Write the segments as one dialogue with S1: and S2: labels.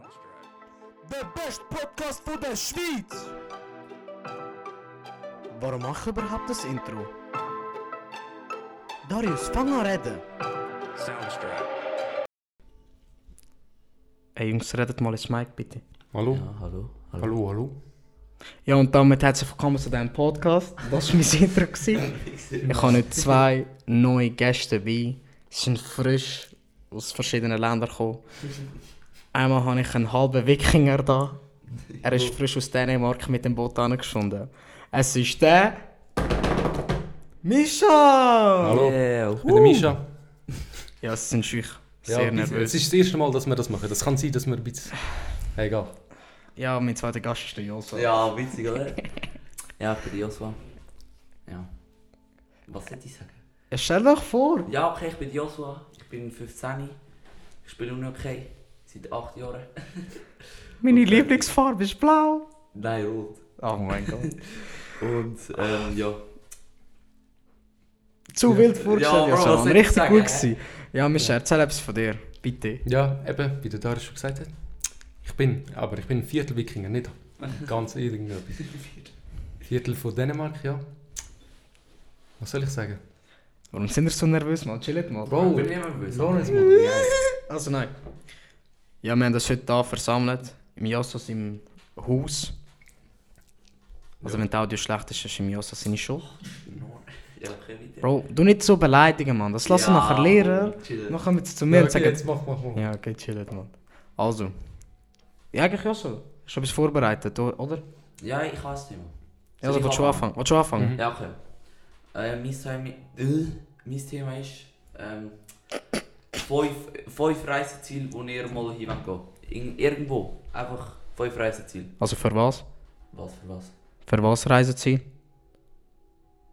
S1: Soundstripe.
S2: De beste podcast voor de Schweiz! Warum mache ich überhaupt das Intro? Darius, fang an reden!
S1: Soundstripe.
S2: Hey Jungs, redet mal ins Mic bitte.
S3: Hallo?
S4: Ja, hallo. hallo.
S3: Hallo, hallo?
S2: Ja, und damit herzlich willkommen zu diesem Podcast. Das war mein Intro. gewesen. Ich habe heute zwei neue Gäste dabei. Sie sind frisch aus verschiedenen Ländern gekommen. Einmal habe ich einen halben Wikinger da. Er ist frisch aus Dänemark mit dem Boot angeschunden. Es ist der. Mischa!
S3: Hallo.
S4: Yeah,
S3: Ich bin der Mischa.
S2: Ja, sie sind schüch. Sehr
S3: ja,
S2: nervös.
S3: Es ist das erste Mal, dass wir das machen. Das kann sein, dass wir ein bisschen... Egal.
S2: Ja, mein zweiter Gast ist der Josa.
S4: Ja, witzig, oder? ja, ich bin der Joshua. Ja. Was sollte ich sagen?
S2: Ja, Stell dir doch vor!
S4: Ja, okay, ich bin der Joshua. Ich bin 15. Ich spiele nur noch okay. Seit 8 Jahren.
S2: Meine
S4: Okay.
S2: Lieblingsfarbe ist blau!
S4: Nein, rot.
S2: Oh mein Gott.
S4: Und,
S2: ehm,
S4: ähm, ja.
S2: Zu wild vorgestellt,
S4: Ja, Bro,
S2: ja,
S4: was
S2: Josa.
S4: soll ich
S2: Richtig
S4: sagen,
S2: gut
S4: hä?
S2: gewesen. Ja, Mischa, erzähl etwas von dir. Bitte.
S3: Ja, eben, wie der Darius schon gesagt hat. Ich bin, aber ich bin ein Viertel Wikinger, nicht ganz irgendetwas. Viertel von Dänemark, ja. Was soll ich sagen?
S2: Warum sind wir so nervös, Mann? Chillet mal.
S3: Bro,
S4: bin immer nervös.
S3: Lorenz, Mann.
S2: Also nein. Ja, wir haben das heute hier versammelt. Im Jassos im Haus. Also wenn das Audio schlecht ist, ist im Jassos seine Schuld.
S4: Ja, okay, weiter.
S2: Bro, du nicht so beleidigen, Mann. Das lassen
S4: Ja,
S2: nachher Lehrer.
S4: chillen.
S2: Nachher kommen sie zu mir
S3: Ja,
S2: und
S3: okay,
S2: sagen...
S3: jetzt mach, mach, mach.
S2: Ja, okay, chillet, Mann. Also. Ja, eigentlich Jasso. Hast du etwas vorbereitet, o- oder?
S4: Ja, ich kann es nicht mehr.
S2: Ja, also
S4: Soll ich
S2: willst du anfangen? Willst du anfangen?
S4: Ja, okay. Äh, mein, Thema, äh, mein Thema ist ähm, fünf, fünf Reiseziele, wo ihr mal hin wollt gehen. In, irgendwo. Einfach fünf Reiseziele.
S2: Also für was?
S4: Was für was?
S2: Für was reisen sie?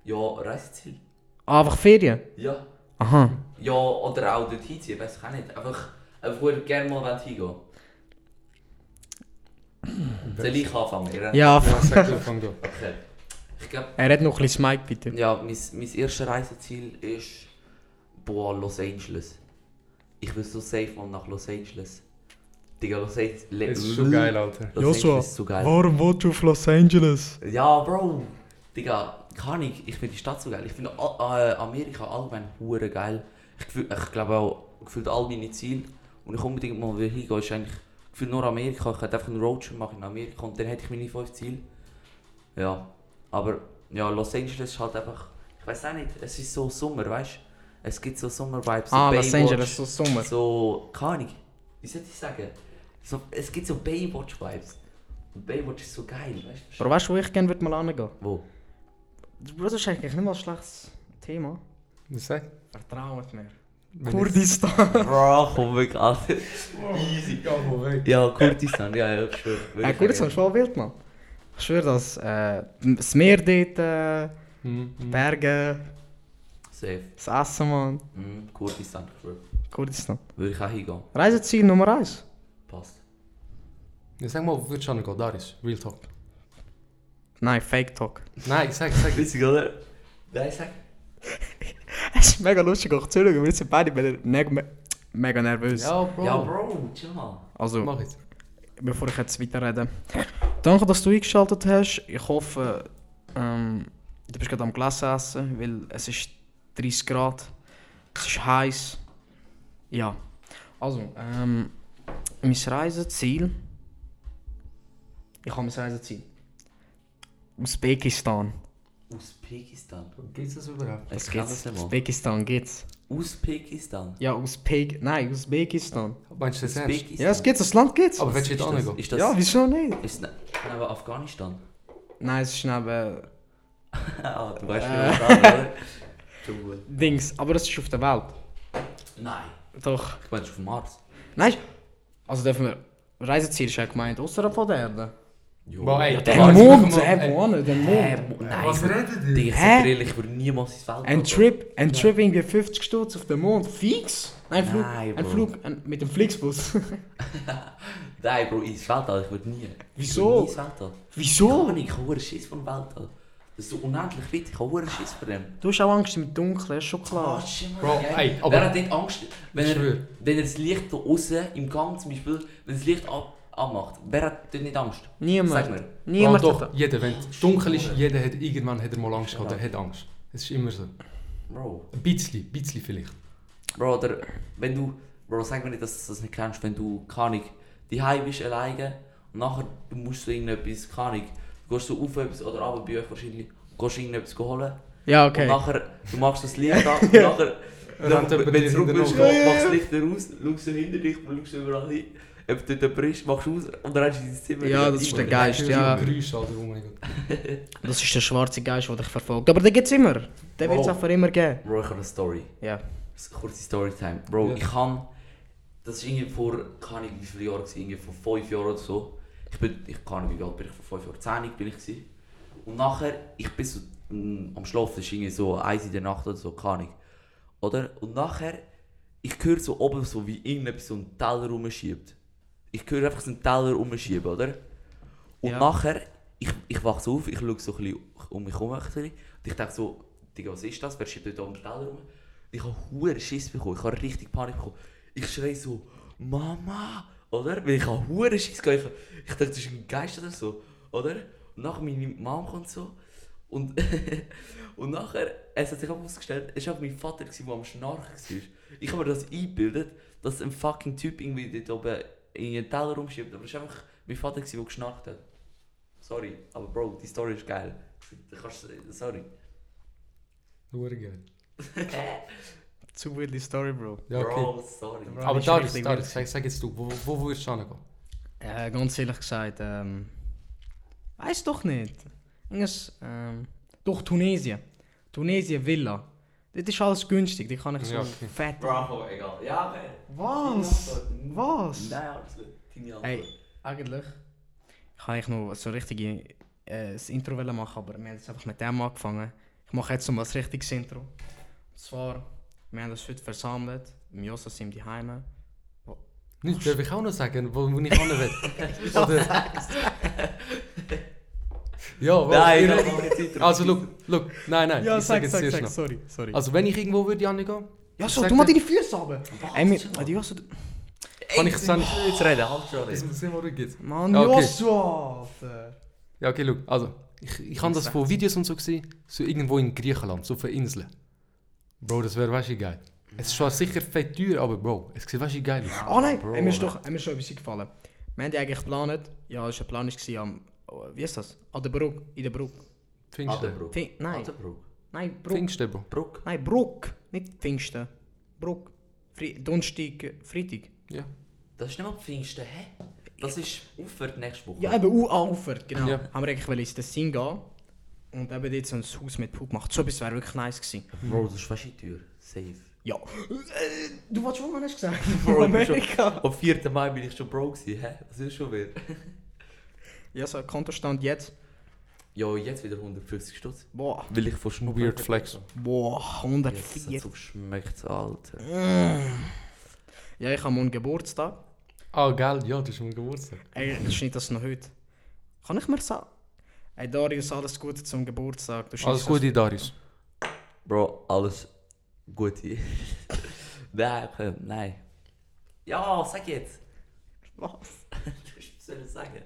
S4: Ja, Reiseziel.
S2: Ah, einfach Ferien?
S4: Ja.
S2: Aha.
S4: Ja, oder auch dort hinziehen, weiß ich auch nicht. Einfach, einfach wo ihr gerne mal wollt hingehen Soll ich anfangen? Ihr-
S2: Ja,
S3: Ja, sag du, fang du.
S4: Okay. Ich glaube,
S2: er hat noch ein bisschen das Mic, bitte.
S4: ja, mein, mein erstes Reiseziel ist boah, Los Angeles. Ich will so safe mal nach Los Angeles. Digga, Los Angeles.
S3: Das ist schon geil, Alter.
S4: Los Angeles ist so geil.
S2: warum wohnst du auf Los Angeles?
S4: Ja, Bro. Digga, kann ich. Ich finde die Stadt so geil. Ich finde all- äh, Amerika allgemein hure geil. Ich, gefühl- ich glaube auch, gefühlt all meine Ziele. Und ich unbedingt mal will hingehen, ist eigentlich gefühlt nur Amerika. Ich hätte einfach einen Roadtrip machen in Amerika und dann hätte ich meine fünf Ziele. Ja, aber ja, Los Angeles ist halt einfach, ich weiß auch nicht, es ist so Sommer, weißt du? Es gibt so Sommer-Vibes. so
S2: Ah, Los
S4: Baywatch.
S2: Angeles, so Sommer.
S4: So, keine Ahnung. Wie soll ich sagen? So, es gibt so Baywatch-Vibes. Und Baywatch ist so geil, weißt du?
S2: Bro, weißt du, wo ich gerne würde mal angehen?
S4: Wo?
S2: Bro, das ist eigentlich nicht mal ein schlechtes Thema.
S3: Was sagst
S2: Vertraut mir.
S3: du?
S2: Kurdistan.
S4: Bro, komm weg, Alter.
S3: Oh, Easy, geh mal weg.
S4: Ja, Kurdistan, ja, ich schwöre.
S2: Ja, Kurdistan ist schon wild, Mann. Ich schwöre, dass äh, das Meer dort, äh,
S3: Hm, hm.
S2: Berge,
S4: Safe.
S2: das Essen, Mann.
S4: Mhm, Kurdistan, ich schwöre.
S2: Kurdistan.
S4: Würde ich auch hingehen.
S2: Reiseziel Nummer 1.
S4: Passt.
S3: Ja, Sag mal, wo würdest du angehen, Darius? Real Talk.
S2: Nein, Fake Talk.
S3: Nein, sag, sag.
S4: Witzig, oder? Nein, sag.
S2: Es ist mega lustig, auch zu schauen. Wir sind beide be- neg- me- mega nervös.
S3: Ja, Bro.
S4: Ja, Bro, chill mal.
S2: Also,
S3: Mach jetzt.
S2: bevor ich jetzt weiterrede. Danke, dass du eingeschaltet hast. Ich hoffe, ähm, du bist gerade am Glas essen, weil es ist 30 Grad. Es ist heiß. Ja. Also, ähm, mein Reiseziel. Ich habe mein Reiseziel. Usbekistan.
S4: Usbekistan.
S3: Geht's das überhaupt?
S4: Ich
S2: Das
S4: kann das
S2: geht's.
S4: nicht mal.
S2: Usbekistan geht's.
S4: Usbekistan.
S2: Ja, Usbek. Nein, Usbekistan.
S3: Meinst du das ernst?
S4: Usbekistan.
S2: Ja, es geht's, das Land geht's.
S3: Aber willst du jetzt auch
S4: Ist
S3: noch
S4: das,
S3: gehen?
S4: ist das,
S2: ja, wieso nicht?
S4: ist ne- neben Afghanistan?
S2: Nein, es ist neben
S4: ah, du weißt
S2: Äh.
S4: nicht, was das ist,
S2: Dings, aber es ist auf der Welt.
S4: Nein.
S2: Doch.
S4: Ich meine, es ist auf dem Mars.
S2: Nein, also dürfen wir. Reiseziel ist ja gemeint, außerhalb von der Erde.
S4: Jo.
S3: Boah, ey,
S2: Der
S3: Warte,
S2: Mond,
S3: mach mal,
S2: hä,
S3: ey.
S2: wo hin? Der
S4: Hä,
S2: Mond.
S4: mo- nein. ich würd-
S3: redet
S4: Digga, ich
S2: Hä?
S4: sag dir ehrlich, ich würde niemals ins Weltall
S2: Ein
S4: gehen.
S2: Trip, ein Trip irgendwie 50 Stutz auf den Mond. Fix? Nein, Flug.
S4: Nein,
S2: ein
S4: Bro.
S2: Flug ein, mit dem Flixbus.
S4: Nein, Bro, ins Weltall, ich würde nie. Ich würd
S2: Wieso?
S4: nie ins Weltall.
S2: Wieso?
S4: Kann ich, ich habe Schiss vom Weltall. dass du unendlich weit, ich habe hure Schiss vor dem.
S2: Du hast auch Angst im Dunkeln, ist schon klar.
S4: Ah, shit, Mann,
S3: Bro,
S4: ja.
S3: ey,
S4: Wer
S3: aber
S4: hat nicht Angst, wenn
S3: ich
S4: er,
S3: schwöre.
S4: wenn er das Licht da außen im Gang zum Beispiel, wenn das Licht ab, anmacht, wer hat dort nicht Angst? Sag
S2: Niemand.
S4: mir.
S3: Ja,
S2: Niemand
S3: doch,
S2: hat
S3: jeder, wenn es dunkel ist, jeder hat irgendwann hat er mal Angst gehabt, er hat Angst. Es ist immer so.
S4: Bro.
S3: Ein bisschen, ein bisschen vielleicht.
S4: Bro, oder wenn du, Bro, sag mir nicht, dass du das nicht kennst, wenn du, keine Ahnung, daheim bist alleine und nachher du musst du irgendetwas, keine Ahnung, du gehst so auf etwas oder runter bei euch wahrscheinlich, gehst irgendetwas holen
S2: Ja,
S4: und
S2: okay.
S4: nachher, du machst das Licht an und nachher,
S3: rennt
S4: nachher
S3: jemand
S4: wenn du
S3: hinter
S4: zurück
S3: dir
S4: willst,
S3: nach.
S4: geh- machst das Licht raus, schaust du hinter dich, schaust überall hin, ob dort jemand ist, machst du aus und dann rennst du in dein Zimmer.
S2: Ja, das ist der Geist, ja.
S3: Geräusch, Alter, oh mein Gott.
S2: Das ist der schwarze Geist, der dich verfolgt. Aber den gibt es immer. Den wird es
S4: Oh.
S2: einfach immer geben.
S4: Bro, ich habe eine Story.
S2: Ja.
S4: kurze Storytime. Bro,
S3: Ja.
S4: ich kann. Das war irgendwie vor, keine Ahnung, wie viele Jahre, gewesen, irgendwie vor fünf Jahren oder so. Ich bin, ich kann nicht, wie alt bin ich, vor fünf Jahren, zehn bin ich. Gewesen. Und nachher, ich bin so mm, am Schlafen, das ist irgendwie so eins in der Nacht oder so, keine Ahnung. Oder? Und nachher, ich höre so oben so, wie irgendetwas so einen Teller rumschiebt. Ich höre einfach so einen Teller rumschieben, oder? Und
S2: Ja.
S4: nachher, ich, ich wach so auf, ich schaue so ein bisschen um mich herum. ein bisschen. Und ich denke so, Digga, was ist das? Wer schiebt da um den Teller rum? Und ich habe hure Schiss bekommen, ich habe richtig Panik bekommen. Ich schreie so, Mama! Oder? Weil ich habe hure Schiss gehabt. Ich, ich dachte, das ist ein Geist oder so. Oder? Und nachher meine Mom kommt so. Und, und nachher, es hat sich auch herausgestellt, es war auch mein Vater, gewesen, der am Schnarchen war. Ich habe mir das eingebildet, dass ein fucking Typ irgendwie dort oben in den Teller rumschiebt. Aber es war einfach mein Vater, gewesen, der geschnarcht hat. Sorry, aber Bro, die Story ist geil. Du kannst, sorry.
S3: Hure geil.
S2: Zu wilde Story, Bro.
S3: Ja, okay.
S4: Bro, sorry.
S2: Bro.
S3: Aber
S2: ist
S3: Darius,
S2: richtig
S3: Darius, sag, sag jetzt du, wo, wo wo würdest du hingehen?
S2: Äh, ganz ehrlich gesagt, ähm. Weiß doch nicht. Irgendwas. Ähm, doch, Tunesien. Tunesien Villa. Dort ist alles günstig, die kann ich so
S3: Ja, okay.
S2: fett.
S4: Bro, egal. Ja, okay.
S2: Was? Was?
S4: Nein, alles gut. Deine Antwort.
S2: Hey, eigentlich kann ich noch so richtig äh, das Intro wollen machen, aber wir haben jetzt einfach mit dem angefangen. Ich mache jetzt noch mal ein richtiges Intro. Und zwar, wir haben uns heute versammelt, im Jossas im Heime.
S3: Nicht, darf ich auch noch sagen, wo, wo ich hin will. Oder? ja,
S4: Nein,
S3: ihr-
S4: ich habe keine Zeit drauf.
S3: Also, look, look, nein, nein, ich sag jetzt zuerst noch.
S2: sorry, sorry.
S3: Also, wenn ich irgendwo würde hingehen,
S2: ja,
S3: ich
S2: so,
S3: sag
S2: du mal
S3: dir-
S2: deine Füße runter! Ey, mit,
S4: chill mal.
S2: Adi, Jossa, du...
S3: kann ich es dann...
S4: Ich will jetzt reden, halt schon
S3: Das
S4: reden.
S3: muss immer ruhig jetzt.
S2: Mann,
S3: Ja, okay.
S2: Jossa! Alter.
S3: Ja, okay, look, also, ich, ich habe das von Videos und so gesehen, so irgendwo in Griechenland, so auf einer Insel. Bro, das wäre weißt du geil. Es ist zwar sicher fett teuer, aber Bro, es sieht weißt du geil aus.
S2: Oh nein,
S4: Bro.
S2: mir ist doch mir ist schon etwas gefallen. Wir haben ja eigentlich geplant, ja, es war ein Plan, ist am... oh, Wie ist das? An der Brücke, in der Brücke.
S3: Pfingsten.
S4: Adebroek.
S2: Fin- nein.
S4: Adebroek.
S2: Nein, Brücke.
S3: Pfingsten, Bro.
S4: Broek.
S2: Nein, Broek. Nicht Pfingsten. Broek. Fri Donnerstag, äh, Freitag.
S3: Ja.
S4: Das ist nicht mal Pfingsten, hä? Das ist aufwärts nächste Woche.
S2: Ja, eben U-Aufert, genau.
S3: Ja.
S2: Haben wir eigentlich wollen ins Tessin gehen und eben dort so ein Haus mit Pool gemacht. So etwas wäre wirklich nice gewesen.
S4: Bro, das ist fast in die Tür. Safe.
S2: Ja. Äh, Du wolltest schon mal nicht gesagt?
S4: Bro, ich bin schon-
S2: Amerika.
S4: Am 4. Mai bin ich schon Bro gewesen, hä? Was ist schon wieder?
S2: Ja, so Kontostand jetzt.
S4: Ja, jetzt wieder 150 Stutz.
S2: Boah.
S4: Will ich von Schnupper.
S3: Weird Flex.
S2: Boah,
S4: Jetzt hat's
S2: 104.
S4: so geschmeckt, Alter.
S2: Mm. Ja, ich habe morgen Geburtstag.
S3: Ah, geil, ja, das ist mein Geburtstag.
S2: Ey, das ist nicht das noch heute. Kann ich mir sagen? Ey, Darius, alles Gute zum Geburtstag. Du
S3: Alles
S2: schießt
S3: Gute, Darius.
S4: Bro, alles gut hier. nein, okay, nein. Ja, sag jetzt.
S2: aus-
S4: Was soll ich sagen?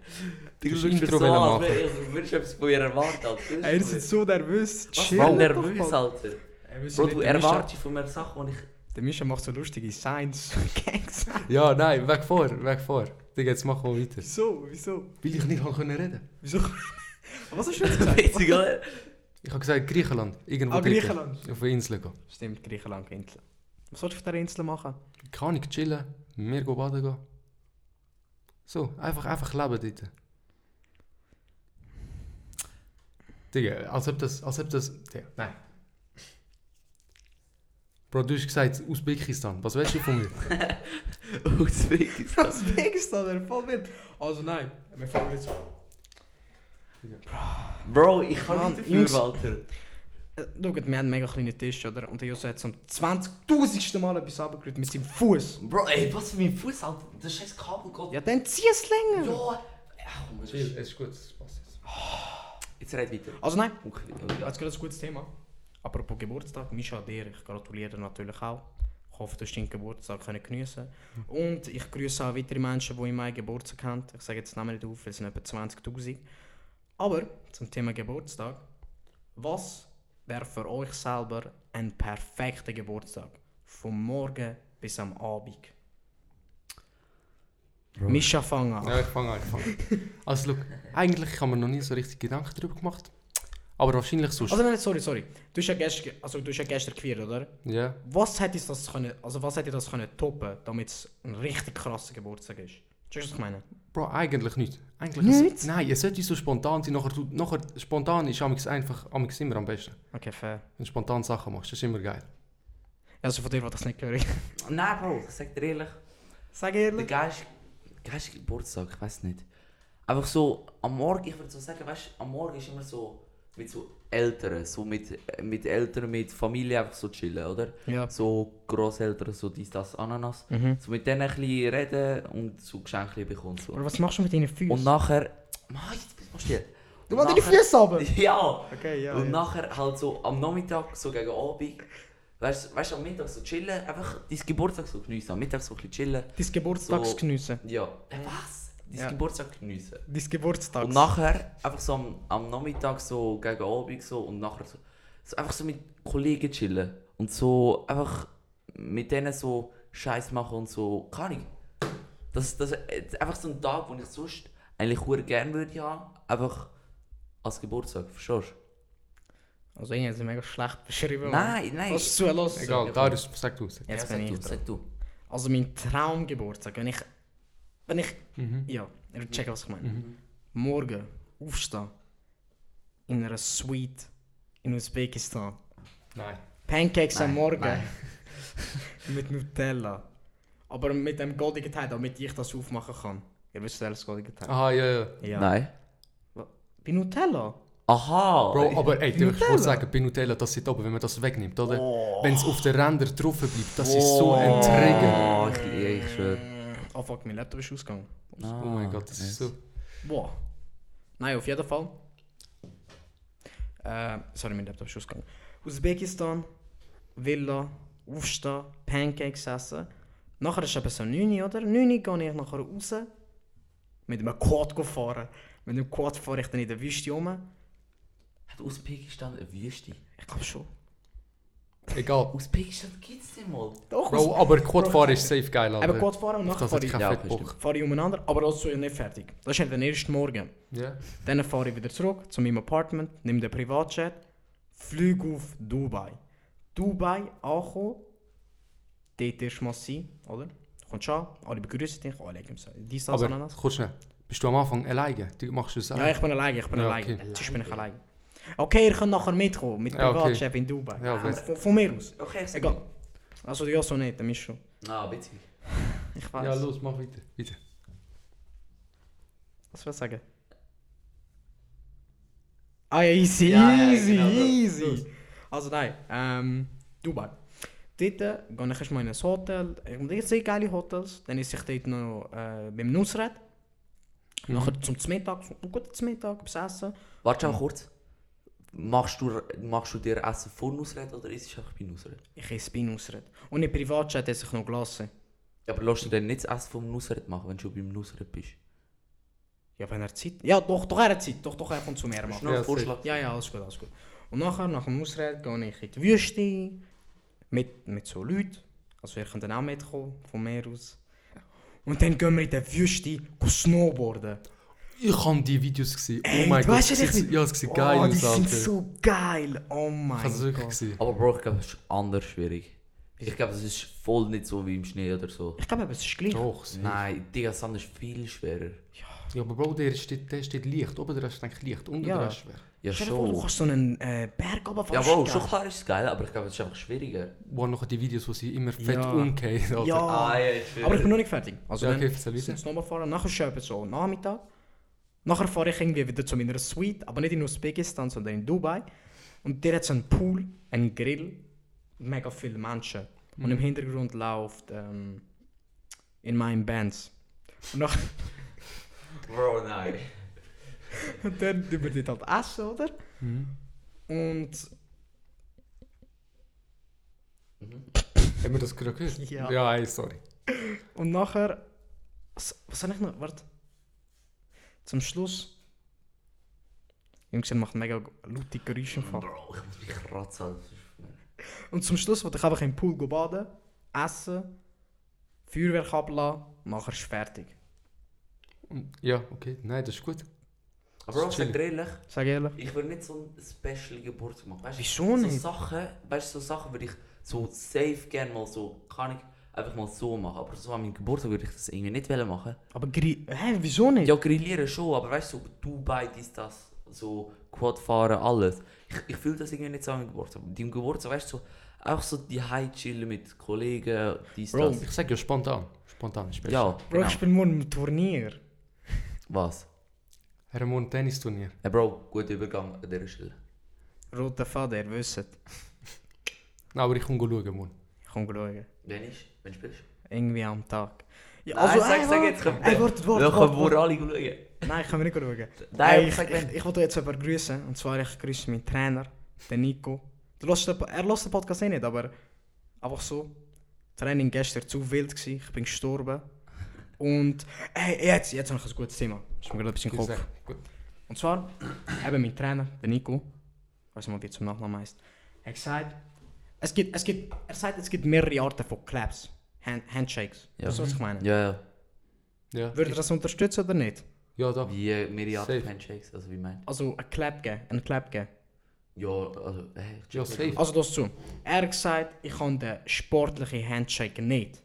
S3: Du
S4: Du
S3: hast
S4: schaust mir
S3: Intro
S4: so an,
S3: machen.
S4: als wär- als würdest du etwas von ihr erwarten. Alter.
S2: Ey, ihr seid so nervös.
S4: Was
S2: Chill
S4: war
S2: doch
S4: nervös,
S2: mal.
S4: Alter?
S2: Ey, wir sind
S4: Bro,
S2: nicht
S4: du
S2: der Mischa.
S4: erwartest von mir Sachen, die ich...
S2: Der Mischa macht so lustige Science-Gangs.
S3: Ja, nein, weg vor, weg vor. Digga, jetzt machen wir weiter.
S2: wieso? Wieso?
S3: Weil ich nicht habe können reden.
S2: Wieso? Was hast du jetzt gesagt?
S4: Witzig, oder?
S3: Ich habe gesagt, Griechenland. Irgendwo
S2: Ah,
S3: dort,
S2: Griechenland.
S3: Auf eine Insel gehen.
S2: Stimmt, Griechenland, Insel. Was soll ich auf der Insel machen?
S3: Kann ich chillen, mit mir gehen baden gehen. So, einfach, einfach leben dort. Digga, als ob das, als ob das, Digga, nein. Bro, du hast gesagt, Usbekistan, was willst du von mir?
S4: Aus Witzig.
S2: Usbekistan, er voll mit. Also nein, wir fangen jetzt
S4: Bro, ich kann
S2: Mann,
S4: nicht
S2: Jungs.
S4: dafür, Alter.
S2: Äh, Schaut, wir haben einen mega kleinen Tisch, oder? Und der Josse hat zum 20.000. Mal etwas runtergerührt mit seinem Fuß.
S4: Bro, ey, was für mein Fuß, Alter. Das scheiß Kabel geht...
S2: Ja, dann zieh es länger!
S4: Ja. Ach, Mann, das ist-
S3: es ist gut, es passt jetzt.
S4: Jetzt red weiter.
S2: Also nein,
S4: Okay.
S2: das ist gerade ein gutes Thema. Apropos Geburtstag, Mischa, dir, ich gratuliere natürlich auch. Ich hoffe, du hast deinen Geburtstag können geniessen Und ich grüße auch weitere Menschen, die in meinem Geburtstag haben. Ich sage jetzt den Namen nicht auf, es sind etwa 20'000. Aber, zum Thema Geburtstag. Was wäre für euch selber ein perfekter Geburtstag? Vom Morgen bis am Abend. Mischa, fang an.
S3: Ja, ich fange an, ich fange an. Ah. Also, look, eigentlich haben wir noch nie so richtig Gedanken darüber gemacht. Aber wahrscheinlich sonst.
S2: Also nein, sorry, sorry. Du hast ja gestern, also du hast ja gestern gefeiert, oder?
S3: ja.
S2: Was hätte ich das können, also was hätte ich das können toppen, damit es ein richtig krasser Geburtstag ist? Verstehst du, was ich meine?
S3: Bro, eigentlich nicht. Eigentlich
S2: Nicht?
S3: Es, nein, es sollte so spontan sein. Nachher, du- nachher, spontan ist amigs einfach amigs immer am besten.
S2: Okay, fair.
S3: Wenn du spontan Sachen machst, das ist immer geil.
S2: Also von dir war das nicht hören.
S4: Nein, Bro, ich sag dir ehrlich,
S2: Sag
S4: der
S2: ehrlich.
S4: geilste, geilste Geburtstag, ich weiß nicht. Einfach so am Morgen, ich würde so sagen, weißt du, am Morgen ist immer so mit so Eltern, so mit, mit Eltern, mit Familie einfach so chillen, oder?
S2: Ja. Mhm.
S4: So Großeltern, so dies, das, Ananas. So mit denen ein bisschen reden und so Geschenke bekommen. So.
S2: Aber was machst du mit deinen Füßen?
S4: Und nachher. Mann, jetzt bist du still.
S2: du
S4: Und
S2: machst deine
S4: nachher-
S2: Füße aber.
S4: Ja!
S2: Okay, ja,
S4: Und
S2: ja.
S4: nachher halt so am Nachmittag, so gegen Abend, weißt du, weißt du, am Mittag so chillen, einfach dein Geburtstag so geniessen, am Mittag so ein bisschen chillen.
S2: Dein Geburtstagsgenüsse.
S4: Ja. Äh, Was? Dein
S2: Ja.
S4: Geburtstag geniessen.
S2: Dein Geburtstags.
S4: Und nachher einfach so am, am Nachmittag, so gegen Abend so und nachher so, so einfach so mit Kollegen chillen und so einfach mit denen so Scheiß machen und so, kann ich. Das, das ist einfach so ein Tag, den ich sonst eigentlich sehr gerne würde haben, einfach als Geburtstag, verstehst
S2: Also ich habe sie mega schlecht beschrieben.
S4: du?
S2: Mann.
S4: Nein, nein.
S2: Was zu los?
S3: Egal, Darius, sag du. Sag. du.
S4: Ja,
S2: Jetzt
S4: sag
S2: bin
S4: du,
S2: ich dran.
S4: sag du.
S2: Also mein Traumgeburtstag, wenn ich, wenn ich,
S4: Mhm.
S2: ja, ihr checkt, was ich meine. Morgen aufstehen, in einer Suite in Usbekistan,
S3: Nein.
S2: Pancakes am
S4: Nein,
S2: Morgen,
S4: nein.
S2: mit Nutella, aber mit dem goldigen Teil, damit ich das aufmachen kann. Ihr wisst ja, das goldige Teil.
S3: Aha, Ah, ja, ja.
S2: Ja.
S4: Ah, Nein.
S2: Bei Nutella?
S4: Aha!
S2: Oh,
S3: Bro, oh aber ey, darf ich
S2: Nutella?
S3: kurz sagen, bei Nutella, das sieht oben, wenn man das wegnimmt, oder?
S2: Oh.
S3: Wenn es auf den Rändern drauf bleibt, das ist so ein Trigger.
S4: Oh, ich, ich schwöre.
S2: Oh Äh, fuck, mein Laptop ist ausgegangen.
S4: Ah,
S3: Oh mein Gott, das ist so.
S2: Boah. Nou, Nein, auf jeden Fall. Äh, sorry, mein Laptop ist ausgegangen. Usbekistan, Villa, aufstehen, Pancakes essen. Nachher ist etwa so 9 Uhr, oder? 9 Uhr gehe ich nachher raus. Mit einem Quad fahren. Mit dem Quad fahre ich dann in der Wüste rum.
S4: Hat Usbekistan eine Wüste?
S2: Ich glaube schon.
S3: Egal.
S4: Usbekistan gibt's nicht mal.
S2: Doch, Bro,
S3: Bro, aber Quadfahren ist safe geil, Alter.
S2: eben Quad fahren und
S3: Auf
S2: nachher
S3: das
S2: fahre
S3: hat
S2: ich,
S3: kein
S4: Ja,
S3: Fett
S4: okay,
S3: Bock.
S2: fahre ich umeinander. Aber also ja nicht fertig. Das ist ja der erste Morgen.
S3: Ja.
S2: Dann fahre ich wieder zurück zu meinem Apartment, nehme den Privatjet, fliege auf Dubai. Dubai ankommen, dort erstmal sein, oder? Du kommst an, alle begrüßen dich, alle geben dies, das,
S3: Aber
S2: Ananas.
S3: kurz schnell. Bist du am Anfang alleine? Du machst es
S2: Ja,
S3: alleine?
S2: ich bin allein, ich bin
S3: Ja,
S2: allein.
S3: okay.
S2: Sonst bin ich allein. Okay, ihr könnt nachher mitkommen, mit
S3: Ja, okay.
S2: Privatjet in Dubai.
S3: Ja, okay.
S2: von, von mir aus.
S4: Okay, ich
S2: Egal. Also ja, so nicht, dann ist schon.
S4: Ah, witzig.
S2: Ich
S3: ja,
S2: weiß.
S3: los, mach weiter. Weiter.
S2: Was will ich sagen? Ah ja, easy,
S4: Ja, ja,
S2: easy,
S4: genau, los,
S2: easy.
S3: los.
S2: Also nein, ähm, Dubai. Dort äh, gehe ich erstmal in ein Hotel, und ich sehe geile Hotels. Dann ist ich dort noch äh, beim Nusret. Nachher zum Mittag, so, oh, gut, zum Mittag, bis Essen.
S4: Warte mal kurz. Machst du, machst du dir Essen vor Nusret oder isst du einfach bei Nusret?
S2: Ich esse bei Nusret. Und im Privatchat esse ich noch gelassen.
S4: Ja, aber lässt du dir nicht das Essen vom Nusret machen, wenn du schon beim Nusret bist?
S2: Ja, wenn er Zeit... Ja, doch, doch, er hat Zeit. Doch, doch, er kommt zu mir. Mann.
S4: Noch
S3: Ja,
S4: ein Vorschlag?
S2: Ja, ja, alles gut, alles gut. Und nachher, nach dem Ausreden, gehe ich in die Wüste mit, mit so Leuten. Also ihr könnt dann auch mitkommen, von mir aus. Und dann gehen wir in die Wüste go snowboarden.
S3: Ich habe die Videos gesehen.
S2: Ey,
S3: oh mein
S2: du
S3: Gott,
S2: weißt ja
S3: das sieht,
S2: nicht-
S3: ja, das sieht geil
S2: oh,
S3: aus,
S2: die sind
S3: Alter.
S2: so geil. Oh
S3: ich
S2: mein
S3: habe es wirklich
S2: Gott.
S3: gesehen.
S4: Aber Bro, ich glaube, es ist anders schwierig. Ich glaube, es ist voll nicht so wie im Schnee oder so.
S2: Ich glaube, eben, es ist gleich.
S3: Doch, safe.
S4: Nein, Digga, Sand ist viel schwerer.
S3: Ja, aber Bro, der steht, der steht leicht. Oben der ist eigentlich leicht, unten
S2: Ja.
S3: der ist schwer.
S4: Ja,
S2: Stell dir vor, du
S4: schon.
S2: kannst so einen äh, Berg runterfahren.
S4: Ja, Bro, schon klar ist es geil, aber ich glaube, es ist einfach schwieriger.
S3: Wo noch die Videos, wo sie immer fett
S2: Ja.
S3: umgehen. Alter.
S2: Ja.
S4: Ah, ja, ich schwöre.
S2: Ah. Aber ich bin noch nicht fertig. Also
S3: Ja, okay,
S2: dann
S3: erzähl
S2: sind
S3: weiter.
S2: wir nochmal fahren. Nachher ist es so Nachmittag. Nachher fahre ich irgendwie wieder zu meiner Suite, aber nicht in Usbekistan, sondern in Dubai. Und der hat so einen Pool, einen Grill, mega viele Menschen. Und im Hintergrund läuft ähm, in meinen Bands. Und nach
S4: Bro, nein.
S2: Und dann tun wir die halt essen, oder?
S3: Hm?
S2: Und
S3: Haben wir das gerade gehört?
S2: Ja.
S3: Ja, ey, sorry.
S2: Und nachher. Was, was habe ich noch? Warte. Zum Schluss. Jungs, ihr macht mega laute Geräusche. im Fall.
S4: Bro, ich muss mich kratzen.
S2: Und zum Schluss wollte ich einfach im Pool go baden, essen, Feuerwerk ablassen, nachher ist fertig.
S3: Und- Hm, Ja, okay. Nein, das ist gut.
S4: Aber auch,
S3: Chill.
S4: sag dir ehrlich,
S2: Sag ehrlich.
S4: ich würde nicht so ein Special Geburtstag machen. Weißt, du,
S2: Wieso
S4: So
S2: nicht?
S4: Sachen, weißt du, so Sachen würde ich so safe gerne mal so, kann ich einfach mal so machen. Aber so an meinem Geburtstag würde ich das irgendwie nicht wollen machen.
S2: Aber Gri. Hä, wieso nicht?
S4: Ja, grillieren schon, aber weißt du, so Dubai, dies, das, so Quad fahren, alles. Ich, ich fühle das irgendwie nicht so an meinem Geburtstag. An deinem Geburtstag, weißt du, so, auch so die High chillen mit Kollegen, dies,
S2: Bro,
S4: das.
S3: Ich sag ja spontan. Spontan ist besser.
S4: Ja,
S2: Bro,
S4: genau.
S2: ich spiele morgen im Turnier.
S4: Was?
S3: Er hat morgen Tennisturnier.
S4: Hey Bro, guter Übergang an dieser Stelle.
S2: Roter Faden, ihr wisst.
S3: Nein, aber ich komme schauen morgen.
S2: Ich komme schauen.
S4: Wenn ist? Wenn spielst du?
S2: Irgendwie am Tag. Ja,
S4: Nein, sag-
S2: ey,
S4: sag
S2: warte.
S4: jetzt, komm.
S2: Ey, warte,
S4: Dann
S2: warte,
S4: können
S2: warte,
S4: wir
S2: warte.
S4: alle schauen.
S2: Nein, ich kann mir nicht schauen.
S4: Nein,
S2: Ey,
S4: ich
S2: ich,
S4: sag
S2: ich,
S4: wenn.
S2: ich wollte jetzt jemanden grüßen. Und zwar ich grüße meinen Trainer, den Nico. Der hört den, Po- er hört den Podcast eh nicht, aber einfach so. Training gestern zu wild gewesen, ich bin gestorben. Und ey, jetzt, jetzt habe ich ein gutes Thema. Ist mir gerade ein bisschen im Kopf.
S3: Sag, Gut.
S2: Und zwar, eben mein Trainer, der Nico, weiß nicht, wie er zum Nachnamen heißt, hat gesagt, es gibt, es gibt, er sagt, es gibt mehrere Arten von Claps, Hand, Handshakes.
S4: Ja.
S2: Weißt du, was ich meine?
S4: Ja, ja.
S3: Ja,
S2: Würde er das unterstützen oder nicht?
S3: ja da.
S4: Wie äh, Myriaden
S3: Safe.
S4: Handshakes, also wie meinst
S2: Also, ein Clap geben, ein Clap geben.
S4: du? Ja, also, hey,
S3: Ja, safe.
S2: Also das zu. Er hat gesagt, ich kann den sportlichen Handshake nicht.